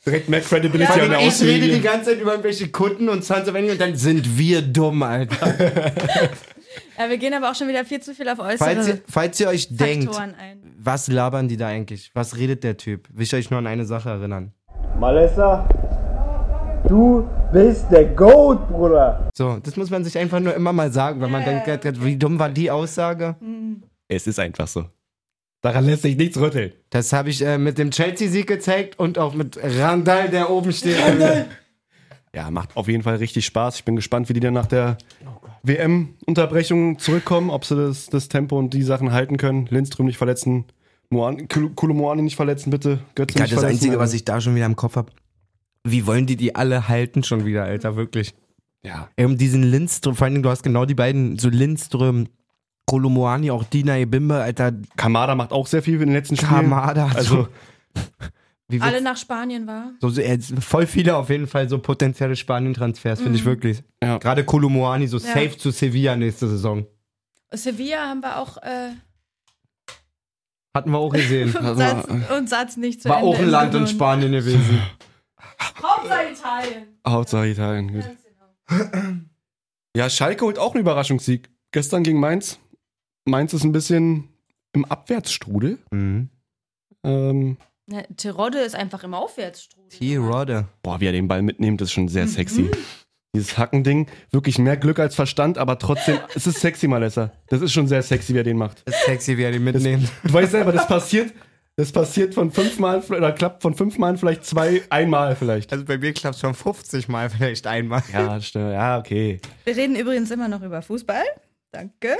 Direkt mehr Credibility
Ja,
an der
aber
Also ich rede die
Außenlinie.
ganze Zeit über irgendwelche Kunden und Sons of Anarchy und dann sind wir dumm, Alter.
Ja, wir gehen aber auch schon wieder viel zu viel auf
Falls ihr,
äußere
falls ihr euch denkt,
Faktoren ein.
was labern die da eigentlich? Was redet der Typ? Will ich euch nur an eine Sache erinnern.
Malessa, du bist der Goat, Bruder.
So, das muss man sich einfach nur immer mal sagen, wenn man denkt, wie dumm war die Aussage?
Es ist einfach so. Daran lässt sich nichts rütteln.
Das habe ich äh, mit dem Chelsea-Sieg gezeigt und auch mit Randall, der oben steht. Randall!
Ja, macht auf jeden Fall richtig Spaß. Ich bin gespannt, wie die dann nach der WM-Unterbrechung zurückkommen, ob sie das, das Tempo und die Sachen halten können. Lindström nicht verletzen, Moan- Kulu- Kulu Moani nicht verletzen, bitte. Götze nicht
das
verletzen. also
Einzige, was ich da schon wieder im Kopf habe, wie wollen die die alle halten schon wieder, Alter, wirklich.
Ja,
Ey, um diesen Lindström, vor allen Dingen, du hast genau die beiden, so Lindström, Kolomoani, auch Dina Ebimbe, Alter,
Kamada macht auch sehr viel in den letzten Spielen.
Kamada.
Also,
so, wie
Alle
wird's-
nach Spanien war.
so, so, ey, voll viele auf jeden Fall so potenzielle Spanien-Transfers, finde ich wirklich.
Ja.
Gerade Kolomoani, so
Mhm. Ja.
safe zu Sevilla nächste Saison.
Sevilla haben wir auch äh,
Hatten wir auch gesehen.
Satz, und Satz nicht zu
Also, äh, War
Ende
auch ein
im
Land in
Gehirn.
Spanien gewesen.
Hauptsache Italien.
Hauptsache Italien. Gut. Ja, Schalke holt auch einen Überraschungssieg. Gestern gegen Mainz. Mainz ist ein bisschen im Abwärtsstrudel.
Mhm.
Ähm,
Na, Terodde Ne, ist einfach im Aufwärtsstrudel.
T-Rodde.
Boah, wie er den Ball mitnimmt, ist schon sehr sexy. Dieses Hackending, wirklich mehr Glück als Verstand, aber trotzdem, es ist sexy, Malessa. Das ist schon sehr sexy, wie er den macht.
Ist sexy, wie er die mitnimmt.
Du weißt selber, das passiert, das passiert von fünfmal, oder klappt von fünfmal vielleicht zwei, einmal vielleicht.
Also bei mir klappt es schon 50 Mal, vielleicht einmal.
Ja, stimmt. Ja, okay.
Wir reden übrigens immer noch über Fußball. Danke.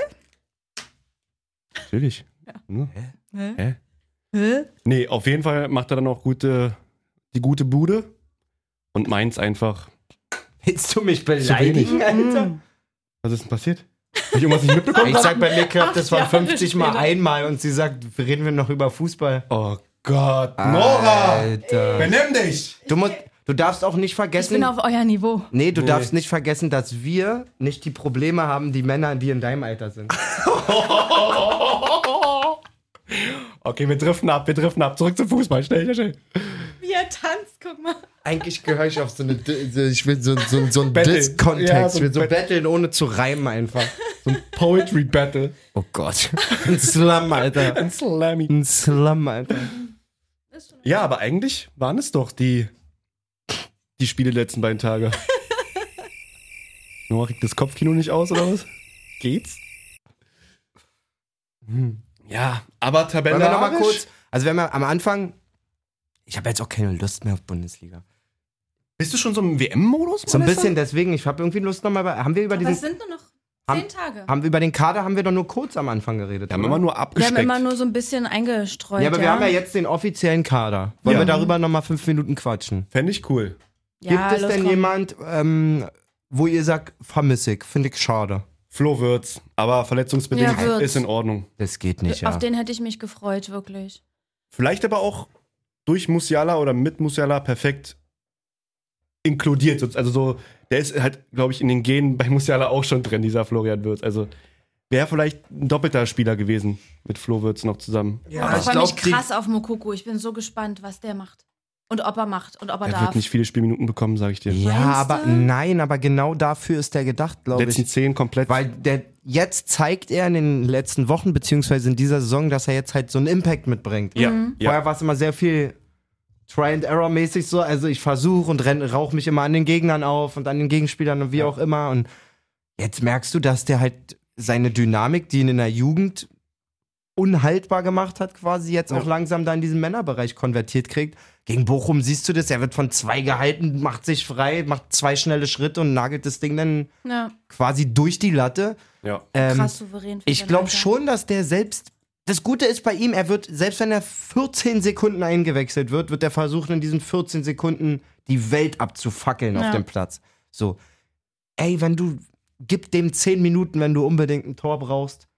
Natürlich. Ja.
Hä?
Nee, auf jeden Fall macht er dann auch gute, die gute Bude. Und meins einfach.
Willst du mich
Mhm.
beleidigen,
Alter?
Was ist denn passiert? ich irgendwas nicht mitbekommen?
Ich sag bei mir klappt das war
Jahre
50 mal
später.
einmal und sie sagt, reden wir noch über Fußball.
Oh Gott, Nora!
Alter.
Benimm dich!
Du, musst, du darfst auch nicht
Ich bin
vergessen.
auf euer Niveau.
Nee, du darfst nicht vergessen, dass wir nicht die Probleme haben, die Männer, die in deinem Alter sind.
Okay, wir driften ab, wir driften ab. Zurück zum Fußball, schnell, schnell, schnell.
Wie er tanzt, guck mal.
Eigentlich gehöre ich auf so eine, ich will so, so, so einen
Battle.
Diss-Kontext.
Ja, so
ich will so
Battle.
betteln, ohne zu reimen einfach.
So ein Poetry Battle.
Oh Gott. Ein Slum, Alter.
Ein Slammy.
Ein Slum, Alter.
Ja, aber eigentlich waren es doch die, die Spiele der letzten beiden Tage. Noah, kriegt das Kopfkino nicht aus oder was? Geht's? Hm. Ja, aber
Wollen wir nochmal
tabellarisch.
kurz. Also, wir haben ja am Anfang. Ich habe jetzt auch keine Lust mehr auf Bundesliga.
Bist du schon so im WM-Modus?
So ein
Vanessa?
bisschen deswegen. Ich habe irgendwie Lust nochmal. Haben wir über
Aber es
diesen.
sind nur noch
Haben-
zehn Tage.
Haben wir über den Kader haben wir doch nur kurz am Anfang geredet.
Wir haben
oder?
immer nur
Wir
abgesteckt.
haben immer nur so ein bisschen eingestreut.
ja, aber wir haben ja jetzt den offiziellen Kader. Wollen
Ja.
wir darüber nochmal fünf Minuten quatschen?
Fände ich cool.
Ja,
Gibt es
los,
denn
komm.
jemand, ähm, wo ihr sagt, vermisse ich, finde ich schade?
Flo wird's, aber verletzungsbedingt
Ja, Wirtz.
ist in Ordnung.
Das geht nicht,
Auf
ja.
den hätte ich mich gefreut, wirklich.
Vielleicht aber auch durch Musiala oder mit Musiala perfekt inkludiert. Also so, der ist halt, glaube ich, in den Genen bei Musiala auch schon drin, dieser Florian Würz. Also wäre vielleicht ein doppelter Spieler gewesen mit Flo Würz noch zusammen.
Aber Oh, ich freue
glaub,
mich krass auf Mokoko. Ich bin so gespannt, was der macht. Und ob er macht und ob er
Er
darf.
wird nicht viele Spielminuten bekommen, sage ich dir.
Ja,
Meinst du?
aber nein, aber genau dafür ist der gedacht, glaube
Letzten
ich.
zehn komplett.
Weil der jetzt zeigt er in den letzten Wochen, beziehungsweise in dieser Saison, dass er jetzt halt so einen Impact mitbringt.
ja,
Vorher
ja.
war es immer sehr viel Try and Error mäßig so. Also ich versuche und rauche mich immer an den Gegnern auf und an den Gegenspielern und wie auch immer. Und jetzt merkst du, dass der halt seine Dynamik, die ihn in der Jugend unhaltbar gemacht hat, quasi jetzt auch langsam da in diesen Männerbereich konvertiert kriegt. Gegen Bochum siehst du das, er wird von zwei gehalten, macht sich frei, macht zwei schnelle Schritte und nagelt das Ding dann
Ja,
quasi durch die Latte.
ja.
Ähm,
krass souverän. für
ich
sein
glaube
Alter.
schon, dass der selbst. Das Gute ist bei ihm, er wird, selbst wenn er 14 Sekunden eingewechselt wird, wird er versuchen, in diesen 14 Sekunden die Welt abzufackeln auf
Ja.
dem Platz. So. Ey, wenn du. Gib dem 10 Minuten, wenn du unbedingt ein Tor brauchst.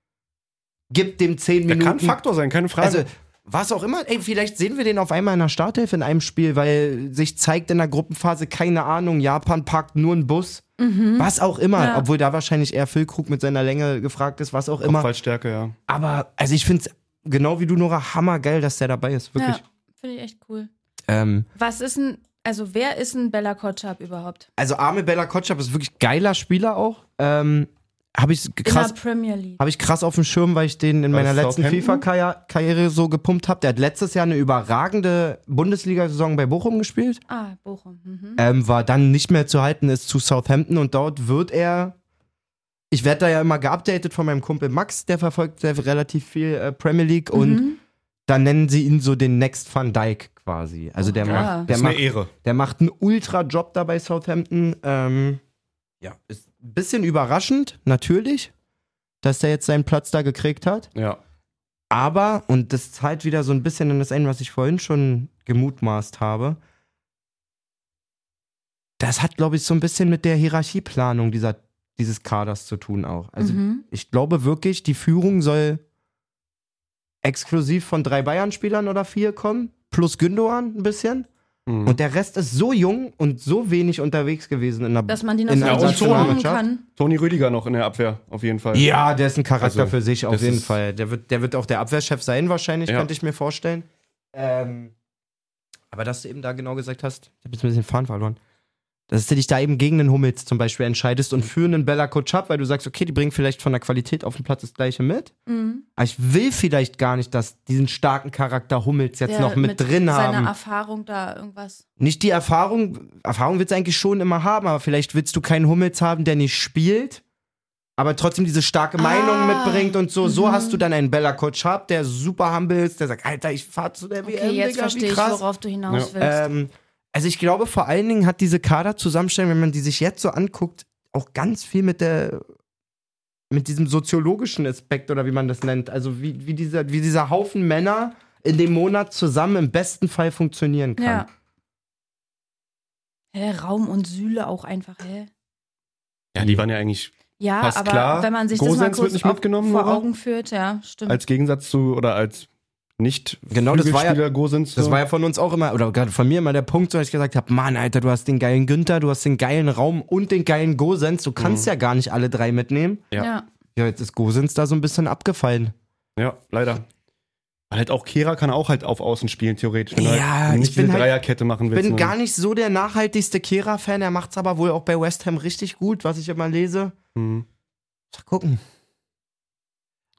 Gib dem 10
Der
Minuten.
kann Faktor sein, keine Frage.
Also, was auch immer, ey, vielleicht sehen wir den auf einmal in der Starthilfe in einem Spiel, weil sich zeigt in der Gruppenphase, keine Ahnung, Japan parkt nur einen Bus. Was auch immer,
Mhm. Ja.
obwohl da wahrscheinlich eher Füllkrug mit seiner Länge gefragt ist, was auch immer.
Kopfballstärke, ja.
Aber, also ich finde es genau wie du, Nora, hammergeil, dass der dabei ist, wirklich.
Ja, finde ich echt cool.
Ähm,
Was ist ein, also wer ist ein Bella Kotschab überhaupt?
also Arme Bella Kotschap ist wirklich geiler Spieler auch. Ähm, habe ich
In
krass,
der Premier League.
habe ich krass auf dem Schirm, weil ich den in
War
meiner
das
letzten
Southampton?
FIFA-Karriere so gepumpt habe. Der hat letztes Jahr eine überragende Bundesliga-Saison bei Bochum gespielt.
Ah, Bochum. Mhm.
ähm, war dann nicht mehr zu halten ist zu Southampton und dort wird er. Ich werde da ja immer geupdatet von meinem Kumpel Max, der verfolgt sehr relativ viel äh, Premier League und
Mhm.
dann nennen sie ihn so den Next Van Dyke quasi. Also der
Oha.
macht, der
Ist eh- eine
macht,
Ehre.
der macht einen Ultra-Job da bei Southampton. Ähm, ja, ist ein bisschen überraschend, natürlich, dass der jetzt seinen Platz da gekriegt hat.
Ja.
Aber, und das zahlt wieder so ein bisschen in das ein, was ich vorhin schon gemutmaßt habe, das hat, glaube ich, so ein bisschen mit der Hierarchieplanung dieser, dieses Kaders zu tun auch. Also
mhm.
ich glaube wirklich, die Führung soll exklusiv von drei Bayern-Spielern oder vier kommen, plus Gündogan ein bisschen.
Mhm.
Und der Rest ist so jung und so wenig unterwegs gewesen in der
Dass man die noch
in
so
der
richtig formen
Nationalmannschaft.
kann.
Toni Rüdiger noch in der Abwehr, auf jeden Fall.
Ja, der ist ein Charakter
Also,
für sich, auf
das
jeden
ist-
Fall. Der wird, der wird auch der Abwehrchef sein, wahrscheinlich,
Ja.
könnte ich mir vorstellen. Ähm, aber dass du eben da genau gesagt hast, ich habe jetzt ein bisschen Fahren verloren, dass du dich da eben gegen den Hummels zum Beispiel entscheidest und für einen Bella Kotschap, weil du sagst, okay, die bringen vielleicht von der Qualität auf dem Platz das Gleiche mit.
Mhm.
Aber ich will vielleicht gar nicht, dass diesen starken Charakter Hummels jetzt
Der
noch mit, drin haben.
Seine Erfahrung da irgendwas.
Nicht die Erfahrung, Erfahrung willst du eigentlich schon immer haben, aber vielleicht willst du keinen Hummels haben, der nicht spielt, aber trotzdem diese starke
Ah.
Meinung mitbringt und so.
Mhm.
So hast du dann einen Bella Kotschab, der super humble ist, der sagt, Alter, ich fahr zu der
Okay,
WM,
jetzt
Digga,
verstehe
wie
ich,
krass.
worauf du hinaus
Äh,
willst.
ähm, also ich glaube, vor allen Dingen hat diese Kaderzusammenstellung, wenn man die sich jetzt so anguckt, auch ganz viel mit der mit diesem soziologischen Aspekt oder wie man das nennt. Also wie, wie, dieser, wie dieser Haufen Männer in dem Monat zusammen im besten Fall funktionieren kann.
ja. Hä, Raum und Sühle auch einfach, hä?
ja, die waren ja eigentlich
Ja,
Passt
aber
klar.
wenn man sich das mal
Gosens wird
kurz
nicht
auf-
mitgenommen,
vor
Nora?
Augen führt, ja, stimmt.
Als Gegensatz zu, oder als nicht
Genau, das war ja-
Flügelspieler Gosens.
Das
so.
war ja von uns auch immer, oder gerade von mir immer der Punkt, so dass ich gesagt habe, Mann, Alter, du hast den geilen Günther, du hast den geilen Raum und den geilen Gosens, du kannst ja gar nicht alle drei mitnehmen.
ja.
ja.
Ja, jetzt ist Gosens da so ein bisschen abgefallen.
Ja, leider. Weil halt auch Kehra kann auch halt auf Außen spielen, theoretisch. Wenn du
Ja,
halt nicht
ich bin
diese
halt-
Dreierkette machen
Ich
willst.
bin
ne?
gar nicht so der nachhaltigste Kehra-Fan, er macht's aber wohl auch bei West Ham richtig gut, was ich immer lese.
Mhm.
Mal gucken.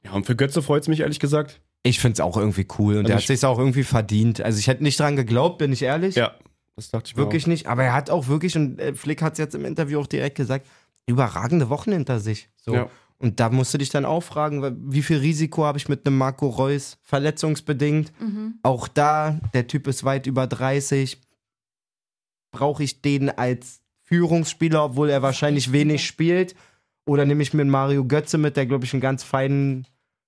Ja, und für Götze freut es mich ehrlich gesagt.
Ich find's auch irgendwie cool und
Also
der
ich-
hat sich's auch irgendwie verdient. Also ich hätte nicht dran geglaubt, bin ich ehrlich.
Ja, das dachte ich mir
Wirklich nicht, aber er hat auch wirklich, und äh, Flick hat's jetzt im Interview auch direkt gesagt, überragende Wochen hinter sich. So.
Ja.
Und da musst du dich dann auch fragen, wa- wie viel Risiko habe ich mit einem Marco Reus, verletzungsbedingt.
Mhm.
Auch da, der Typ ist weit über 30. Brauche ich den als Führungsspieler, obwohl er wahrscheinlich wenig spielt? Oder nehme ich mir einen Mario Götze mit, der, glaube ich, einen ganz feinen,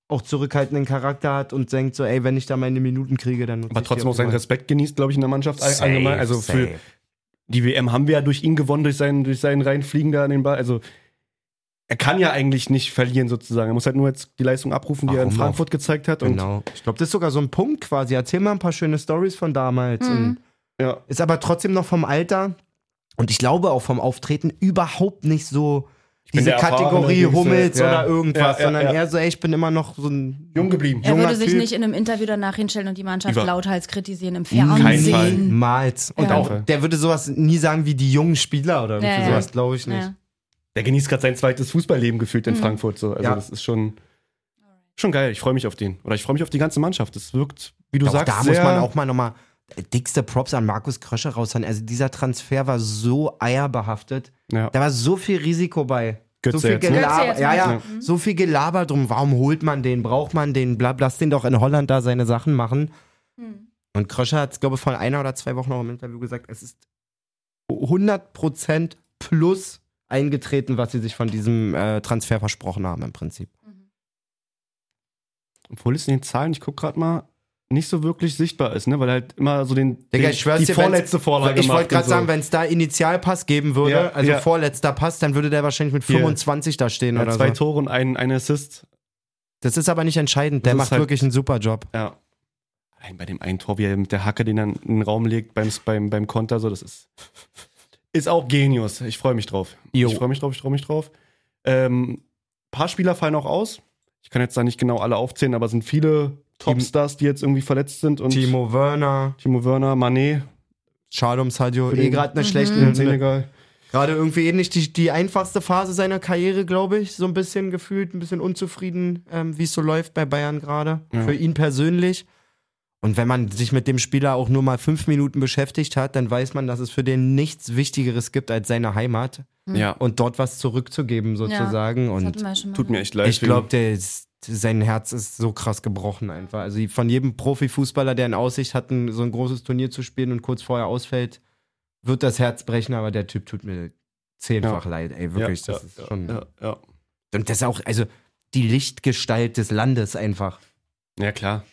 auch zurückhaltenden Charakter hat und denkt so, ey, wenn ich da meine Minuten kriege, dann nutze
Aber
ich die
trotzdem auch
optimal.
seinen Respekt genießt, glaube ich, in der Mannschaft all-
Safe,
allgemein. Also für
safe.
die WM haben wir ja durch ihn gewonnen, durch seinen, durch seinen Reinfliegen da an den Ball. Also er kann ja eigentlich nicht verlieren sozusagen. Er muss halt nur jetzt die Leistung abrufen, die er in
Warum auch?
Frankfurt gezeigt hat. Und
Genau. Ich glaube, das ist sogar so ein Punkt quasi. Erzähl mal ein paar schöne Stories von damals.
Mhm.
Und
Ja.
Ist aber trotzdem noch vom Alter und ich glaube auch vom Auftreten überhaupt nicht so
bin
diese
der erfahrene,
Kategorie
jüngste,
Hummels
ja.
oder irgendwas,
Ja, ja,
sondern
ja.
eher so, ey, ich bin immer noch so ein
jung geblieben.
Er
junger
würde sich
Typ.
nicht in einem Interview danach hinstellen und die Mannschaft
Über-
lauthals kritisieren im
keinen Fall.
Fernsehen.
Niemals. Und
Ja.
auch, der würde sowas nie sagen wie die jungen Spieler oder irgendwie
Ja, ja.
sowas, glaube ich nicht.
Ja.
Der genießt gerade sein zweites Fußballleben gefühlt in
Mhm.
Frankfurt. So. Also
Ja.
das ist schon, schon geil. Ich freue mich auf den. Oder ich freue mich auf die ganze Mannschaft. Das wirkt, wie du
Doch,
sagst,
da
sehr
muss man auch mal nochmal dickste Props an Markus Krösche raushauen. Also dieser Transfer war so eierbehaftet.
Ja.
Da war so viel Risiko bei.
Götze
so viel
jetzt, ne?
Gelaber,
Götze jetzt
ja, ja,
meinst du? Mhm.
so viel Gelaber drum. Warum holt man den? Braucht man den? Bla, lass den doch in Holland da seine Sachen machen.
Hm.
Und Krösche hat es, glaube ich, vor einer oder zwei Wochen noch im Interview gesagt, es ist 100% plus eingetreten, was sie sich von diesem äh, Transfer versprochen haben im Prinzip.
obwohl es in den Zahlen, ich gucke gerade mal, nicht so wirklich sichtbar ist, ne? Weil er halt immer so den,
Digga,
den
ich schwör's
die
dir, wenn's-
vorletzte Vorlage
ich wollte
macht und
gerade
so.
sagen, wenn es da Initialpass geben würde,
Ja,
also
ja.
vorletzter Pass, dann würde der wahrscheinlich mit
Hier.
25 da stehen
er hat
oder
zwei
so.
Tore und einen, einen Assist.
Das ist aber nicht entscheidend. Der
Das ist
macht
halt-
wirklich einen super Job.
Ja. Allein bei dem einen Tor, wie er mit der Hacke den dann in den Raum legt beim, beim, beim Konter, so das ist ist auch Genius. Ich freue mich drauf.
Jo.
Ich freue mich drauf, ich freue mich drauf. Ähm, paar Spieler fallen auch aus. Ich kann jetzt da nicht genau alle aufzählen, aber es sind viele Topstars, die jetzt irgendwie verletzt sind und
Timo Werner,
Timo Werner, Manet,
Shalom Sadio,
Für
eh
den-
gerade eine
Mhm.
schlechte,
in Senegal.
gerade irgendwie eh nicht die, die einfachste Phase seiner Karriere, glaube ich, so ein bisschen gefühlt, ein bisschen unzufrieden, ähm, wie es so läuft bei Bayern gerade,
Ja.
für ihn persönlich. Und wenn man sich mit dem Spieler auch nur mal fünf Minuten beschäftigt hat, dann weiß man, dass es für den nichts Wichtigeres gibt als seine Heimat
Ja.
und dort was zurückzugeben sozusagen.
Das
und
hatten wir ja schon mal.
Tut mir echt leid.
ich glaube, der ist, sein Herz ist so krass gebrochen einfach. Also von jedem Profifußballer, der in Aussicht hat, ein, so ein großes Turnier zu spielen und kurz vorher ausfällt, wird das Herz brechen, aber der Typ tut mir zehnfach leid, ey, wirklich.
Ja,
das
ja,
ist schon.
Ja, ja.
Und das auch, also die Lichtgestalt des Landes einfach.
ja klar.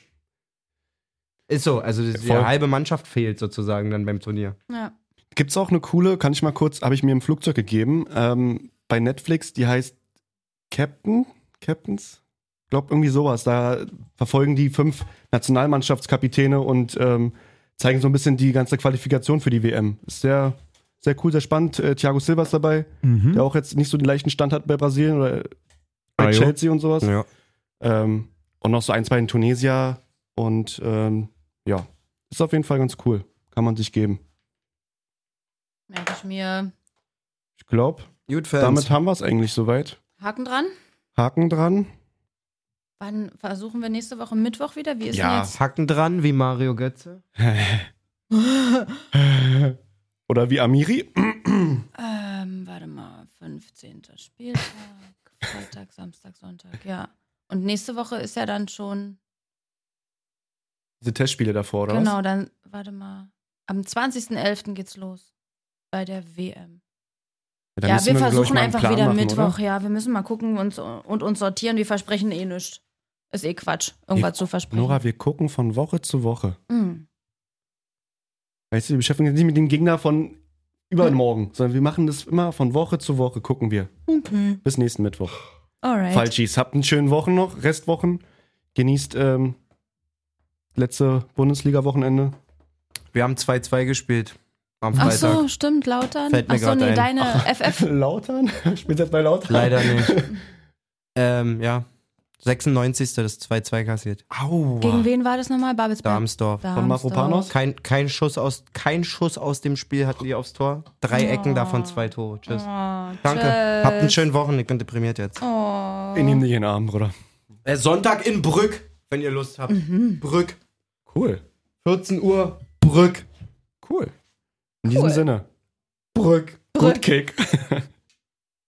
Ist so, also das,
Voll.
die halbe Mannschaft fehlt sozusagen dann beim Turnier.
Ja.
Gibt's auch eine coole, kann ich mal kurz, habe ich mir im Flugzeug gegeben, ähm, bei Netflix, die heißt Captain, Captains? Glaub irgendwie sowas. Da verfolgen die fünf Nationalmannschaftskapitäne und ähm, zeigen so ein bisschen die ganze Qualifikation für die WM. Ist sehr, sehr cool, sehr spannend. Äh, Thiago Silva ist dabei, der auch jetzt nicht so den leichten Stand hat bei Brasilien oder bei
Ah, jo.
Chelsea und sowas.
Ja.
Ähm, und noch so ein, zwei in Tunesier. Und ähm, ja, ist auf jeden Fall ganz cool. Kann man sich geben.
Merke ich mir
Ich glaube,
Gut,
Damit haben wir es eigentlich soweit.
Haken dran.
Haken dran.
Wann versuchen wir nächste Woche Mittwoch wieder? Wie ist
Ja.
denn jetzt?
Hacken dran wie Mario Götze.
Oder wie Amiri.
Ähm, warte mal, 15. Spieltag, Freitag, Samstag, Sonntag, ja. Und nächste Woche ist ja dann schon,
Diese Testspiele davor, oder
genau,
was?
dann, warte mal, am 20.11. geht's los bei der WM.
dann
ja,
müssen
wir
glaub ich,
versuchen
mal einen
einfach
Plan
wieder
machen,
Mittwoch,
oder?
ja, wir müssen mal gucken uns, und uns sortieren, wir versprechen eh nichts. Ist eh Quatsch,
Wir-
irgendwas zu versprechen.
Nora, wir gucken von Woche zu Woche.
Hm.
Weißt du, wir beschäftigen uns nicht mit dem Gegner von übermorgen,
Hm.
sondern wir machen das immer von Woche zu Woche, gucken wir.
Okay.
Bis nächsten Mittwoch.
Alright.
Falschis, habt einen schönen Wochen noch, Restwochen. Genießt ähm, letzte Bundesliga-Wochenende.
Wir haben 2-2 gespielt am
Ach
Freitag.
so, stimmt, Lautern.
Fällt mir
Ach so,
grad
nee,
ein.
deine FF.
Lautern? Spielt jetzt bei Lautern?
Leider nicht. ähm, ja. 96. das 2-2 kassiert.
Aua.
Gegen wen war das nochmal? Babelsberg.
Darmsdorf.
Darmstadt.
Von Maropanos?
Kein, kein, Schuss aus, kein Schuss aus dem Spiel hatten die aufs Tor. Drei Ecken, davon zwei Tore.
Oh,
Tschüss. Danke. Habt einen schönen Wochen. Ich bin deprimiert jetzt.
Oh.
Ich nehme dich in den Arm, Bruder.
Äh, Sonntag in Brück, wenn ihr Lust habt.
Mhm.
Brück.
Cool.
14 Uhr. Brück.
Cool. In diesem Sinne.
Brück.
Brückkick.